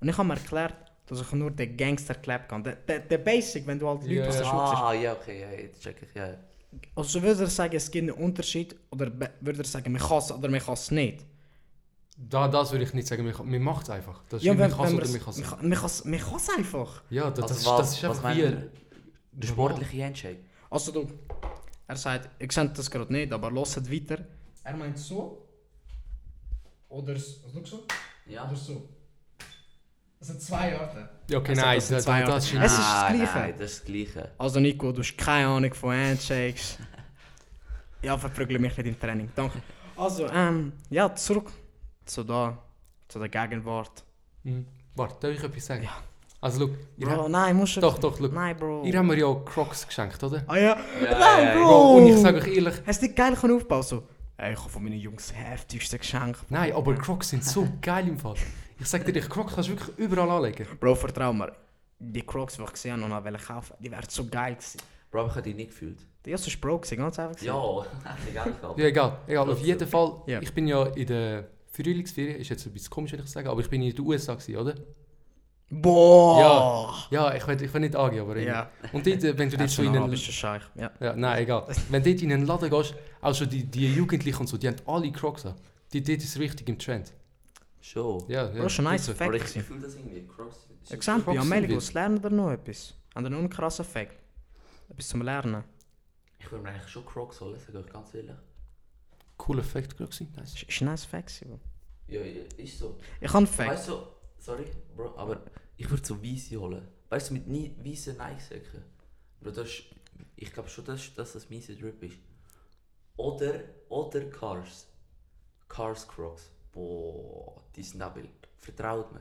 S2: Und ich habe mir erklärt, dass ich nur den Gangster Clap kann. Der, der, der Basic, wenn du halt Leute
S3: Ja,
S2: aus der
S3: ja.
S2: Schule siehst.
S4: Ah, ja, okay, ja, jetzt check ich, ja. ja.
S2: Also so würde er sagen, es gibt einen Unterschied. Oder be- würde er sagen, man kann es oder man kann es nicht.
S3: da. Das würde ich nicht sagen. Man- Man macht es einfach. Das ist
S2: Ja,
S3: nicht,
S2: wenn,
S3: man kann es
S2: wenn man
S3: oder man kann
S2: es-
S3: es nicht.
S2: man kann es- man kann es einfach.
S3: Ja, das,
S4: Also,
S3: das,
S4: was-
S3: das ist
S4: was
S3: einfach
S4: meint
S3: wie...
S4: ihr? Der sportliche Handshake.
S2: Also du, er sagt, ich sehe das gerade nicht, aber hört weiter. Er meint so. Oder s- was sagst du so?
S4: Ja.
S2: Oder so. Das sind zwei Arten.
S3: Ja, okay,
S2: Also,
S3: nein.
S2: das
S3: Das,
S2: sind
S3: das,
S2: zwei
S3: das ist...
S2: Arten. Es ist das
S4: Ah,
S2: Gleiche.
S4: Nein, das ist das Gleiche.
S2: Also Nico, du hast keine Ahnung von Handshakes. dus ja, verprügle mich nicht im Training. Danke. Also, ähm, ja, zurück zu da, zu der Gegenwart.
S3: Mhm. Warte, darf ich etwas sagen? Also, look, ihr,
S2: Bro,
S3: habt,
S2: nein, musst du...
S3: Doch, doch, look.
S2: Nein, Bro.
S3: ihr habt mir ja auch Crocs geschenkt, oder?
S2: Ah ja,
S4: Ja,
S2: nein,
S4: ja, ja.
S2: Bro!
S3: Bro, und ich sage euch ehrlich,
S2: Hast du nicht geil können aufbauen? So, ey, ich habe von meinen Jungs das heftigste Geschenk.
S3: nein, aber Crocs sind so geil im Fall. Ich sag dir, ich Crocs kannst du wirklich überall anlegen.
S2: Bro, vertrau mir. Die Crocs, die ich gesehen habe und noch wollte kaufen, die wären so geil gewesen.
S4: Bro, ich habe dich nicht gefühlt.
S2: Die hast du Bro gewesen, ganz einfach gewesen.
S4: Ja, egal, egal.
S3: Ja, egal, egal. Auf
S4: Trotzdem.
S3: jeden Fall,
S2: Ja.
S3: ich bin ja in der Frühlingsferien, ist jetzt ein bisschen komisch, wenn ich sage, aber ich bin in den USA gewesen, oder?
S2: Boah!
S3: Ja, ich will, ich will nicht angehen, aber irgendwie.
S2: Ja.
S3: Und dort, äh, wenn du
S2: Ja,
S3: dort so in einen...
S2: bist du scheich. Ja.
S3: Ja, nein, egal. Wenn du dort in einen Laden gehst, auch schon die, die Jugendlichen und so, die haben alle Crocs an. Die, dort ist richtig im Trend.
S4: Schon.
S3: Ja, ja.
S2: Bro, ist ein Oh, nice
S3: wirklich.
S2: Effekt
S4: Aber ich
S2: gewesen.
S4: fühle das irgendwie. Cross.
S2: Exempel, ja,
S3: Crocs sind
S2: Meligos, lernen da noch etwas. Haben da noch einen krassen Effekt. Etwas zum Lernen.
S4: Ich würde mir eigentlich schon Crocs holen, sag ich ganz ehrlich.
S3: Cooler Effekt, gerade gewesen. Nice.
S2: Ist, ist ein nice Fact. gewesen, Bro.
S4: Ja, ja, ist so.
S2: Ich habe einen Fact.
S4: Weißt du, sorry, Bro, aber ich würde so weiße holen. Weißt du, mit nie, weißen Nike-Säcken. Bro, das ist, ich glaube schon, dass, dass das miese Drip ist. Oder, oder Cars. Cars Crocs. Boah, die sind auch wild. Vertraut mir.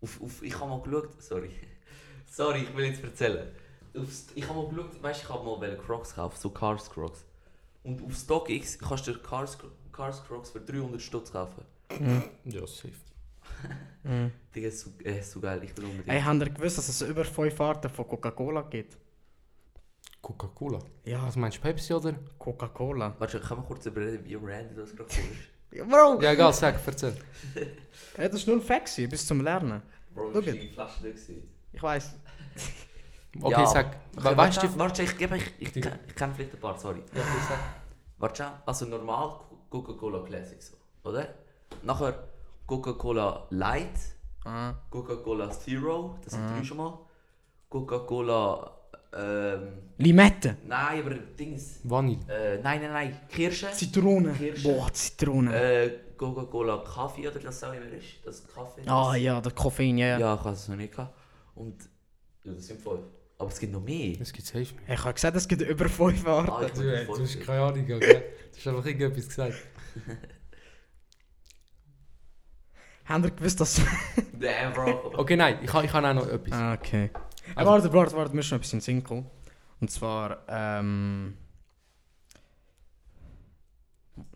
S4: Auf, auf, ich habe mal geschaut, sorry. sorry, ich will jetzt erzählen. Aufs, ich habe mal geschaut, weißt du, ich habe mal welche Crocs gekauft, so Cars Crocs. Und auf StockX kannst du dir Cars, Cars Crocs für 300 Stutz kaufen.
S2: Mm,
S3: Ja, safe.
S4: Digga, ist so, äh, so geil, ich will unbedingt.
S2: Ey, habt ihr gewusst, dass es über 5 Arten von Coca-Cola gibt?
S3: Coca-Cola.
S2: Ja,
S3: Was meinst du, Pepsi oder?
S2: Coca-Cola.
S4: Warte, können wir kurz überlegen, wie random das gerade ist?
S2: Ja, Bro!
S3: Ja, egal, sag, erzähl.
S2: Ey, das ist nur ein Fact, gewesen, etwas zum Lernen.
S4: Bro,
S2: Schau
S4: das
S2: jetzt.
S4: war die Flasche da. gewesen.
S2: Ich weiß.
S3: Okay,
S4: Ja.
S3: sag.
S4: Okay,
S3: We weißt
S4: warte,
S3: du,
S4: Warte, ich gebe ich, ich,
S3: Die-
S4: kenn- ich kenne vielleicht ein paar, sorry. Warte, schau, also normal Co- Coca-Cola Classic so, oder? Nachher Coca-Cola Light,
S2: Ah.
S4: Coca-Cola Zero, das sind drei schon mal. Coca-Cola, ähm,
S2: Limette.
S4: nein, aber Dings,
S3: Vanille.
S4: äh, nein, nein, nein, Kirsche.
S2: Zitrone.
S4: Kirsche.
S2: Boah, Zitrone.
S4: Äh, Coca-Cola Kaffee, oder das auch immer ist, das Kaffee.
S2: Ah
S4: das-
S2: ja, der Koffein, ja. ja.
S4: Ja, ich habe es noch nicht gehabt. Und. Ja, das sind voll. Aber es gibt noch mehr.
S3: Das gibt es safe.
S2: Ich habe gesagt, es gibt über 5 Arten.
S4: Ah, ich
S3: Du,
S4: bin
S3: äh, du hast
S4: voll-
S3: keine Ahnung, gell? Du hast einfach irgendetwas gesagt.
S2: Habt ihr gewusst, dass...
S4: Damn, Bro.
S3: Okay, nein, ich, ha- ich habe auch noch etwas.
S2: ah, okay. Äh,
S3: Also-
S2: warte, warte, warte, mir ist noch etwas in den Sinn gekommen. Und zwar, ähm...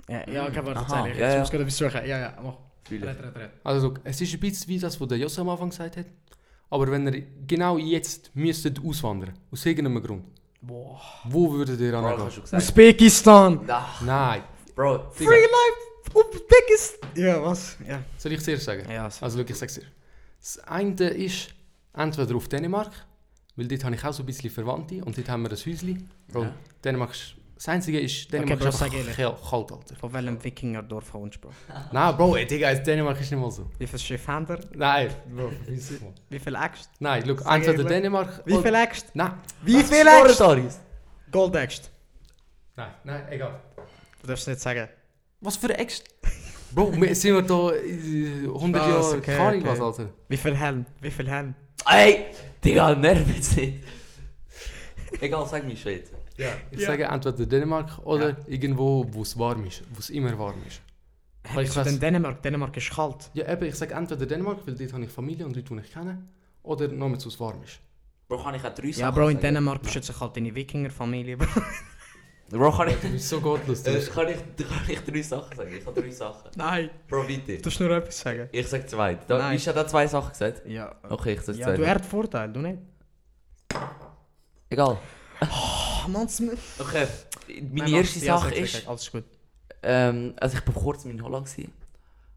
S2: Ja, ja, okay, warte,
S4: Aha,
S2: erzähl ich.
S4: ja,
S2: Jetzt
S4: ja.
S2: muss ich gerade etwas suchen. Ja, ja, mach.
S4: Fühl ich.
S2: Red, red, red.
S3: Also, schau, es ist ein bisschen wie das, was der Jos am Anfang gesagt hat. Aber wenn ihr genau jetzt müsstet auswandern, aus irgendeinem Grund,
S2: Boah.
S3: wo würdet ihr
S4: Bro, ich hab
S3: angehen?
S4: schon gesagt.
S2: Usbekistan!
S4: Nah,
S3: Nein,
S4: Bro,
S2: Free
S4: Digga.
S2: Life! Usbekistan! Ja, was? Ja.
S3: soll ich es dir sagen?
S2: Ja, so.
S3: Also, schau, ich sag's dir. Das eine ist entweder auf Dänemark, weil dort habe ich auch so ein bisschen Verwandte und dort haben wir ein Häuschen. Bro,
S4: Ja.
S3: Dänemark ist... Das Einzige ist, Dänemark
S2: Bro,
S3: ist
S2: sag
S3: einfach
S2: ehrlich. Ah.
S3: kel- kalt, Alter.
S2: Von welchem Wikingerdorf kommst du, Bro?
S3: Nein, Bro, ey, Digga, Dänemark ist nicht mal so.
S2: Wie viel Schiff haben wir?
S3: Nein, Bro, vergiss es mal.
S2: Wie viel Äxte?
S3: Nein, schau,
S2: Sag
S3: entweder
S2: ehrlich.
S3: Dänemark...
S2: Wie
S3: oder-
S2: viel Äxte?
S3: Nein,
S2: Wie viel
S4: Sorry,
S2: Äxte?
S4: Darius.
S2: Gold Äxte.
S3: nein, nein, egal.
S2: Du darfst nicht sagen.
S3: Was für ein Ex... Bro, wir sind wir da äh, 100
S2: Spaß,
S3: Jahre...
S2: Ah, okay,
S3: keine Ahnung
S2: okay.
S3: was, Alter.
S2: Wie viel Helm? Wie viel Helm?
S4: Ey, Digga, nerv jetzt nicht. Egal, sag mir Shit.
S3: Ich
S2: Ja.
S3: sage entweder Dänemark oder irgendwo, wo es warm ist. Wo es immer warm ist.
S2: Hey,
S3: Weil
S2: bist
S3: ich
S2: du
S3: weiß-
S2: in Dänemark? Dänemark ist kalt.
S3: Ja, eben, ich sage entweder Dänemark, weil dort habe ich Familie und Leute, die ich kenne. Oder nochmals, wo es warm ist.
S4: Bro, kann ich auch drei
S2: Ja,
S4: Sachen
S2: Bro, in
S4: sagen?
S2: Dänemark beschützt sich halt deine Wikingerfamilie, Bro.
S4: Bro, kann ich...
S3: Du bist so gottlos, du
S4: Äh,
S3: bist...
S4: kann, ich, kann ich drei Sachen sagen? Ich habe drei Sachen.
S2: Nein.
S4: Bro, bitte.
S2: Du darfst nur etwas sagen.
S4: Ich sag zwei. Da,
S2: Nein.
S4: ich habe da zwei Sachen gesagt.
S2: Ja.
S4: Okay, ich sag
S2: Ja,
S4: zwei.
S2: du hast Vorteil, du nicht?
S4: Egal.
S2: Ach, Mann,
S4: Okay, meine erste Sache ist...
S2: Alles gut.
S4: Ähm, also ich war vor kurzem in Holland. gewesen.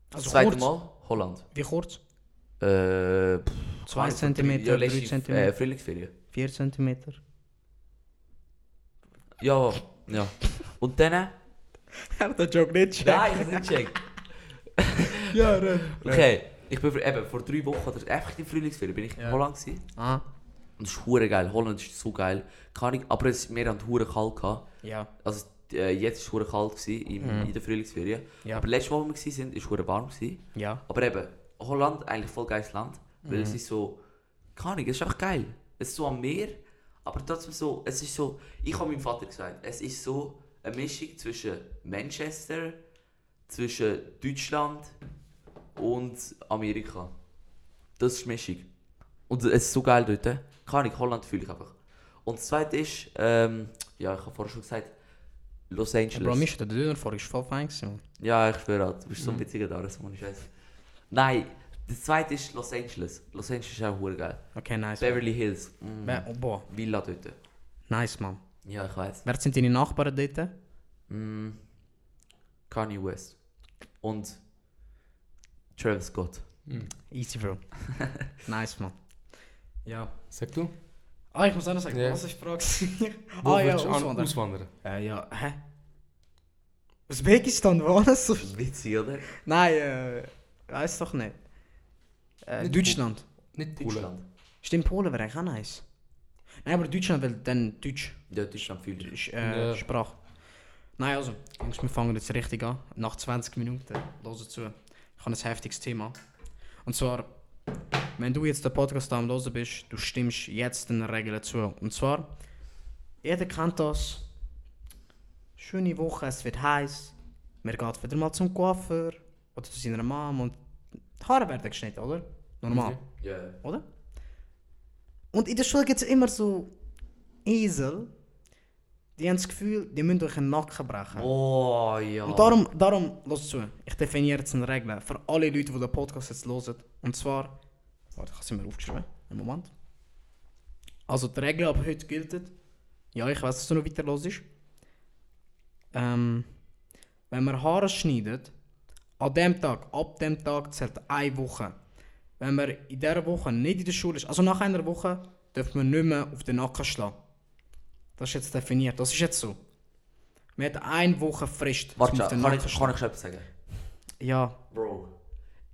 S4: Das
S2: Also
S4: zweite
S2: kurz.
S4: Mal Holland.
S2: Wie kurz?
S4: Äh, pff,
S2: 2 cm, 3
S4: ja, letzte, Äh,
S2: cm,
S4: Frühlingsferien.
S2: 4 cm.
S4: Ja, ja. Und dann...
S2: Er hat den Joke nicht
S4: Nein, ich hab's nicht gecheckt.
S2: Ja, red.
S4: Okay, ich bin vor- eben, vor drei eh, Wochen oder einfach in Frühlingsferien bin ich
S2: Ja.
S4: in Holland gewesen.
S2: Ah,
S4: Und das ist hure geil. Holland ist so geil. Kann ich, aber es mir an hure kalt gehabt.
S2: ja.
S4: Also äh, jetzt ist hure kalt gewesen, im, in der Frühlingsferien.
S2: Hmm. Ja.
S4: Aber letztes Mal, wo wir gewesen sind, ist hure warm gewesen.
S2: Ja.
S4: Aber eben Holland eigentlich voll geiles Land, weil
S2: Mhm.
S4: es ist so, kann ich, es ist einfach geil. Es ist so am Meer, aber trotzdem so, es ist so. Ich habe meinem Vater gesagt, es ist so eine Mischung zwischen Manchester, zwischen Deutschland und Amerika. Das ist die Mischung. Und es ist so geil dort. äh. Keine Ahnung, Holland fühle ich einfach. Und das zweite ist, ähm, ja, ich habe vorher schon gesagt, Los Angeles.
S2: Bro, mir ist der Döner vor, ist voll fein gewesen.
S4: Ja, ich schwöre, halt, du bist so
S2: Mhm.
S4: ein witziger da, das ohne Scheiß. Nein, das zweite ist Los Angeles. Los Angeles ist auch hure geil.
S2: Okay, nice.
S4: Beverly Hills, mm,
S2: Be- oh, boah,
S4: Villa dort.
S2: nice, man.
S4: Ja, ich weiß.
S2: Wer sind deine Nachbarn dort?
S4: Mm, Kanye West und Travis Scott.
S3: Hm.
S2: Easy, Bro. nice, man. Ja.
S3: Sag du,
S2: Ah, ich muss auch noch sagen,
S3: Ja.
S2: was ist die Frage?
S3: wo
S2: ah, ja,
S3: würdest du auswandern?
S2: auswandern.
S3: auswandern?
S2: Äh, ja, hä? Usbekistan, woanders?
S4: Witzig, oder?
S2: Nein, äh, weiß doch nicht. Äh,
S3: Nicht
S2: Deutschland.
S3: Nicht Polen.
S4: Deutschland.
S2: Stimmt, Polen wäre eigentlich auch nice. Nein, aber Deutschland, weil dann Deutsch
S4: Ja, Deutschland fühle ich.
S2: ist äh,
S3: Ja.
S2: Sprache. Nein, also, Jungs, wir fangen jetzt richtig an. Nach 20 Minuten, hört zu. Ich habe ein heftiges Thema. Und zwar, wenn du jetzt den Podcast am Hören bist, du stimmst jetzt den Regeln zu. Und zwar, jeder kennt das. Schöne Woche, es wird heiß. Man geht wieder mal zum Coiffeur oder zu seiner Mom und die Haare werden geschnitten, oder? Normal.
S3: Mhm.
S4: Ja.
S2: oder? Und in der Schule gibt es immer so Esel, die haben das Gefühl, die müssen durch einen Nacken brechen.
S4: Oh ja.
S2: Und darum, darum, los zu, ich definiere jetzt eine Regel für alle Leute, die den Podcast jetzt hören. Und zwar, warte, ich habe sie mir aufgeschrieben, einen Moment. Also die Regel ab heute gilt, ja, ich weiß, dass du noch weiter hörst. Ähm, wenn man Haare schneidet, an dem Tag, ab dem Tag zählt eine Woche. Wenn man in dieser Woche nicht in der Schule ist, also nach einer Woche, dürfen wir nicht mehr auf den Nacken schlagen. Das ist jetzt definiert, das ist jetzt so. Man hat eine Woche Frist,
S4: Warte,
S2: um auf den
S4: kann
S2: Nacken
S4: ich,
S2: zu
S4: kann ich schon etwas sagen?
S2: schlagen. Ja,
S4: Bro,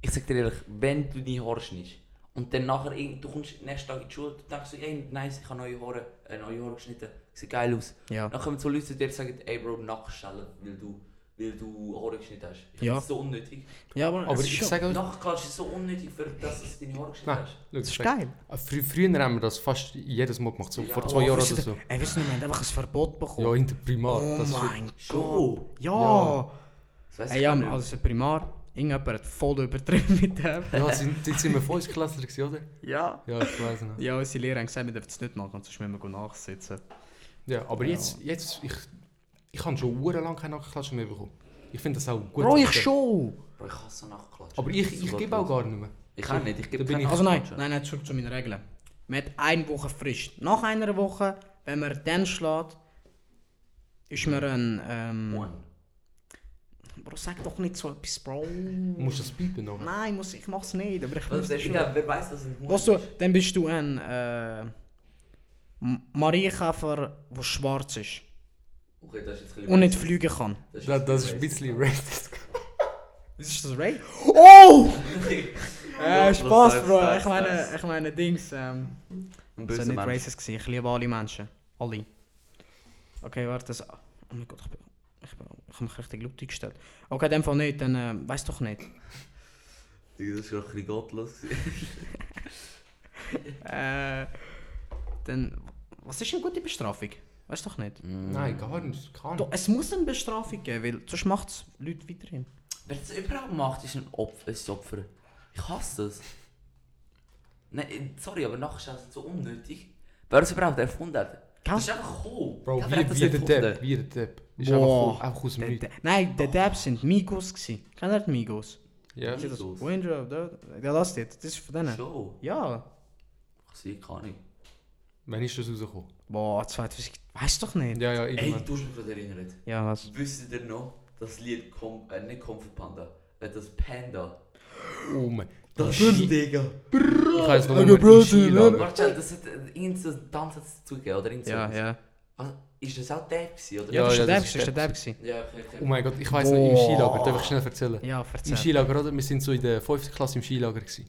S4: ich sag dir ehrlich, wenn du deine Haare schneidest und dann nachher, irgend- du kommst nächsten Tag in die Schule, du denkst so, ey, nice, ich habe neue Haare, äh, neue Haare geschnitten, sieht geil aus.
S2: Ja.
S4: Dann kommen so Leute zu dir und sagen, ey Bro, Nackstellen, weil du, weil weil du Haare geschnitten hast. Ich
S2: Ja.
S4: finde es so unnötig.
S2: Ja, aber,
S3: Aber
S2: es ist
S3: ich
S2: schon-
S3: sage euch,
S4: Nachher kannst du es so unnötig, für das dass du deine Haare geschnitten
S3: nein,
S4: hast.
S3: schau,
S2: es ist
S3: ich sag-
S2: geil.
S3: Fr früher haben wir das fast jedes Mal gemacht, so
S4: Ja,
S3: vor
S4: aber
S3: zwei Jahren oder
S2: Wisst ihr-
S3: so.
S2: Ey, wisst ihr, wir haben einfach ein Verbot bekommen.
S3: Ja, in der Primar.
S2: oh
S3: das ist-
S2: mein Gott.
S4: Schon.
S2: Ja!
S3: Ja.
S4: Das weiss
S2: Ey,
S4: ich
S2: ja,
S4: gar nicht.
S2: als een Primar, irgendjemand hat voll übertrieben mit dem.
S3: ja, sind, jetzt sind wir Voice-Klassler, gewesen, oder?
S2: Ja.
S3: Ja, ich weiß nicht.
S2: Ja, unsere Lehrer haben gesagt, wir dürfen es nicht machen, sonst müssen wir nachsitzen.
S3: Ja, aber jetzt, jetzt ich, ich habe schon urenlang keine Nachklatsche mehr bekommen. Ich finde das auch gut.
S2: Bro, ich schon!
S4: Bro, ich hasse nachklatschen.
S3: also- Aber ich, ich gebe auch gar nicht mehr.
S4: Ich kann nicht, ich gebe
S3: Da bin
S4: keine
S3: ich-
S2: Also nein,
S4: Nachklatschen.
S2: nein, nein, zurück zu meinen Regeln. Man hat eine Woche Frist. Nach einer Woche, wenn man dann schlägt, ist man ein... Ähm,
S4: Mann.
S2: bro, sag doch nicht so etwas, Bro.
S3: Du musst das piepen noch.
S2: Nein, muss, ich mach's nicht, aber Also, ich
S4: Was
S2: muss-
S4: ist ja, wer weiß, was ein Huhn
S2: Weißt du, dann bist du ein äh, M- Marienkäfer, der schwarz ist
S4: Okay, das ist jetzt ein bisschen
S2: und nicht fliegen kann.
S4: Das
S3: Das, das ist ein bisschen racist.
S2: Ist das Ray? Oh! äh,
S4: Was
S2: Spaß,
S4: sagst
S2: Bro.
S4: du?
S2: Ich meine, ich meine Dings. Ähm,
S4: ein
S2: das war
S4: böser
S2: nicht
S4: Mensch.
S2: racist gewesen. Ich liebe alle Menschen. Alle. Okay, warte. Das, oh mein Gott, ich bin. Ich, bin, ich habe mich richtig laut eingestellt. Okay, in dem Fall nicht, dann äh, weiß doch nicht.
S4: Digga, Das ist gerade ein bisschen gottlos.
S2: Äh, dann. Was ist eine gute Bestrafung? Weiß doch nicht.
S4: Mm. Nou,
S3: Nein, gar nicht. Kann.
S2: Doch, es muss eine Bestrafung geben, weil sonst macht es Leute weiterhin.
S4: Wer das überhaupt macht, ist ein Opfer. Ist ein Opfer. Ich hasse das. Nein, äh, sorry, aber nachher ist das so unnötig. Wer das überhaupt erfunden hat. Das ist einfach cool.
S3: Bro,
S4: ja, wer
S3: wie,
S4: hat das
S3: wie der
S4: erfunden?
S3: Depp. Wie der Depp. Ist
S2: Boah.
S3: einfach, voll- einfach aus dem
S2: Der,
S3: Nichts.
S2: der, nein, der Dab sind Migos gsi. Kennt ihr die Migos?
S3: Ja.
S2: Ist das
S4: Migos?
S2: Windrow, da, ja das dort, das ist von denen.
S4: Schon.
S2: Ja.
S4: Ich sehe gar nicht.
S3: Wann ist das rausgekommen?
S2: Boah, 2000, weiss doch nicht.
S3: Ja, ja,
S4: Ey,
S3: irgendwann.
S4: du hast mich gerade erinnert.
S2: Ja, was?
S4: Wisst ihr noch, das Lied Kom äh, nicht Kung Fu Panda, äh, das Panda.
S3: oh mein.
S4: Das ist Digga.
S3: Ich weiß noch
S2: Like
S3: nicht,
S2: a brother,
S3: mehr.
S4: Warte, schnell, das hat äh, irgend so einen Tanz hat es zugegeben, oder irgend so
S2: Ja,
S4: etwas.
S2: ja.
S4: Also, ist das auch der gewesen, oder?
S3: Ja,
S2: das
S3: ja,
S2: ist der Dab,
S3: das
S2: das
S3: ist
S2: ist der
S3: Dab.
S2: Dab gsi.
S4: Ja, okay, okay.
S3: Oh mein Gott, ich weiß noch, im
S2: Boah.
S3: Skilager. Darf ich schnell erzählen?
S2: Ja,
S3: Im
S2: verzähl.
S3: Skilager, oder? Wir sind so in der 5. Klasse im Skilager. Gewesen.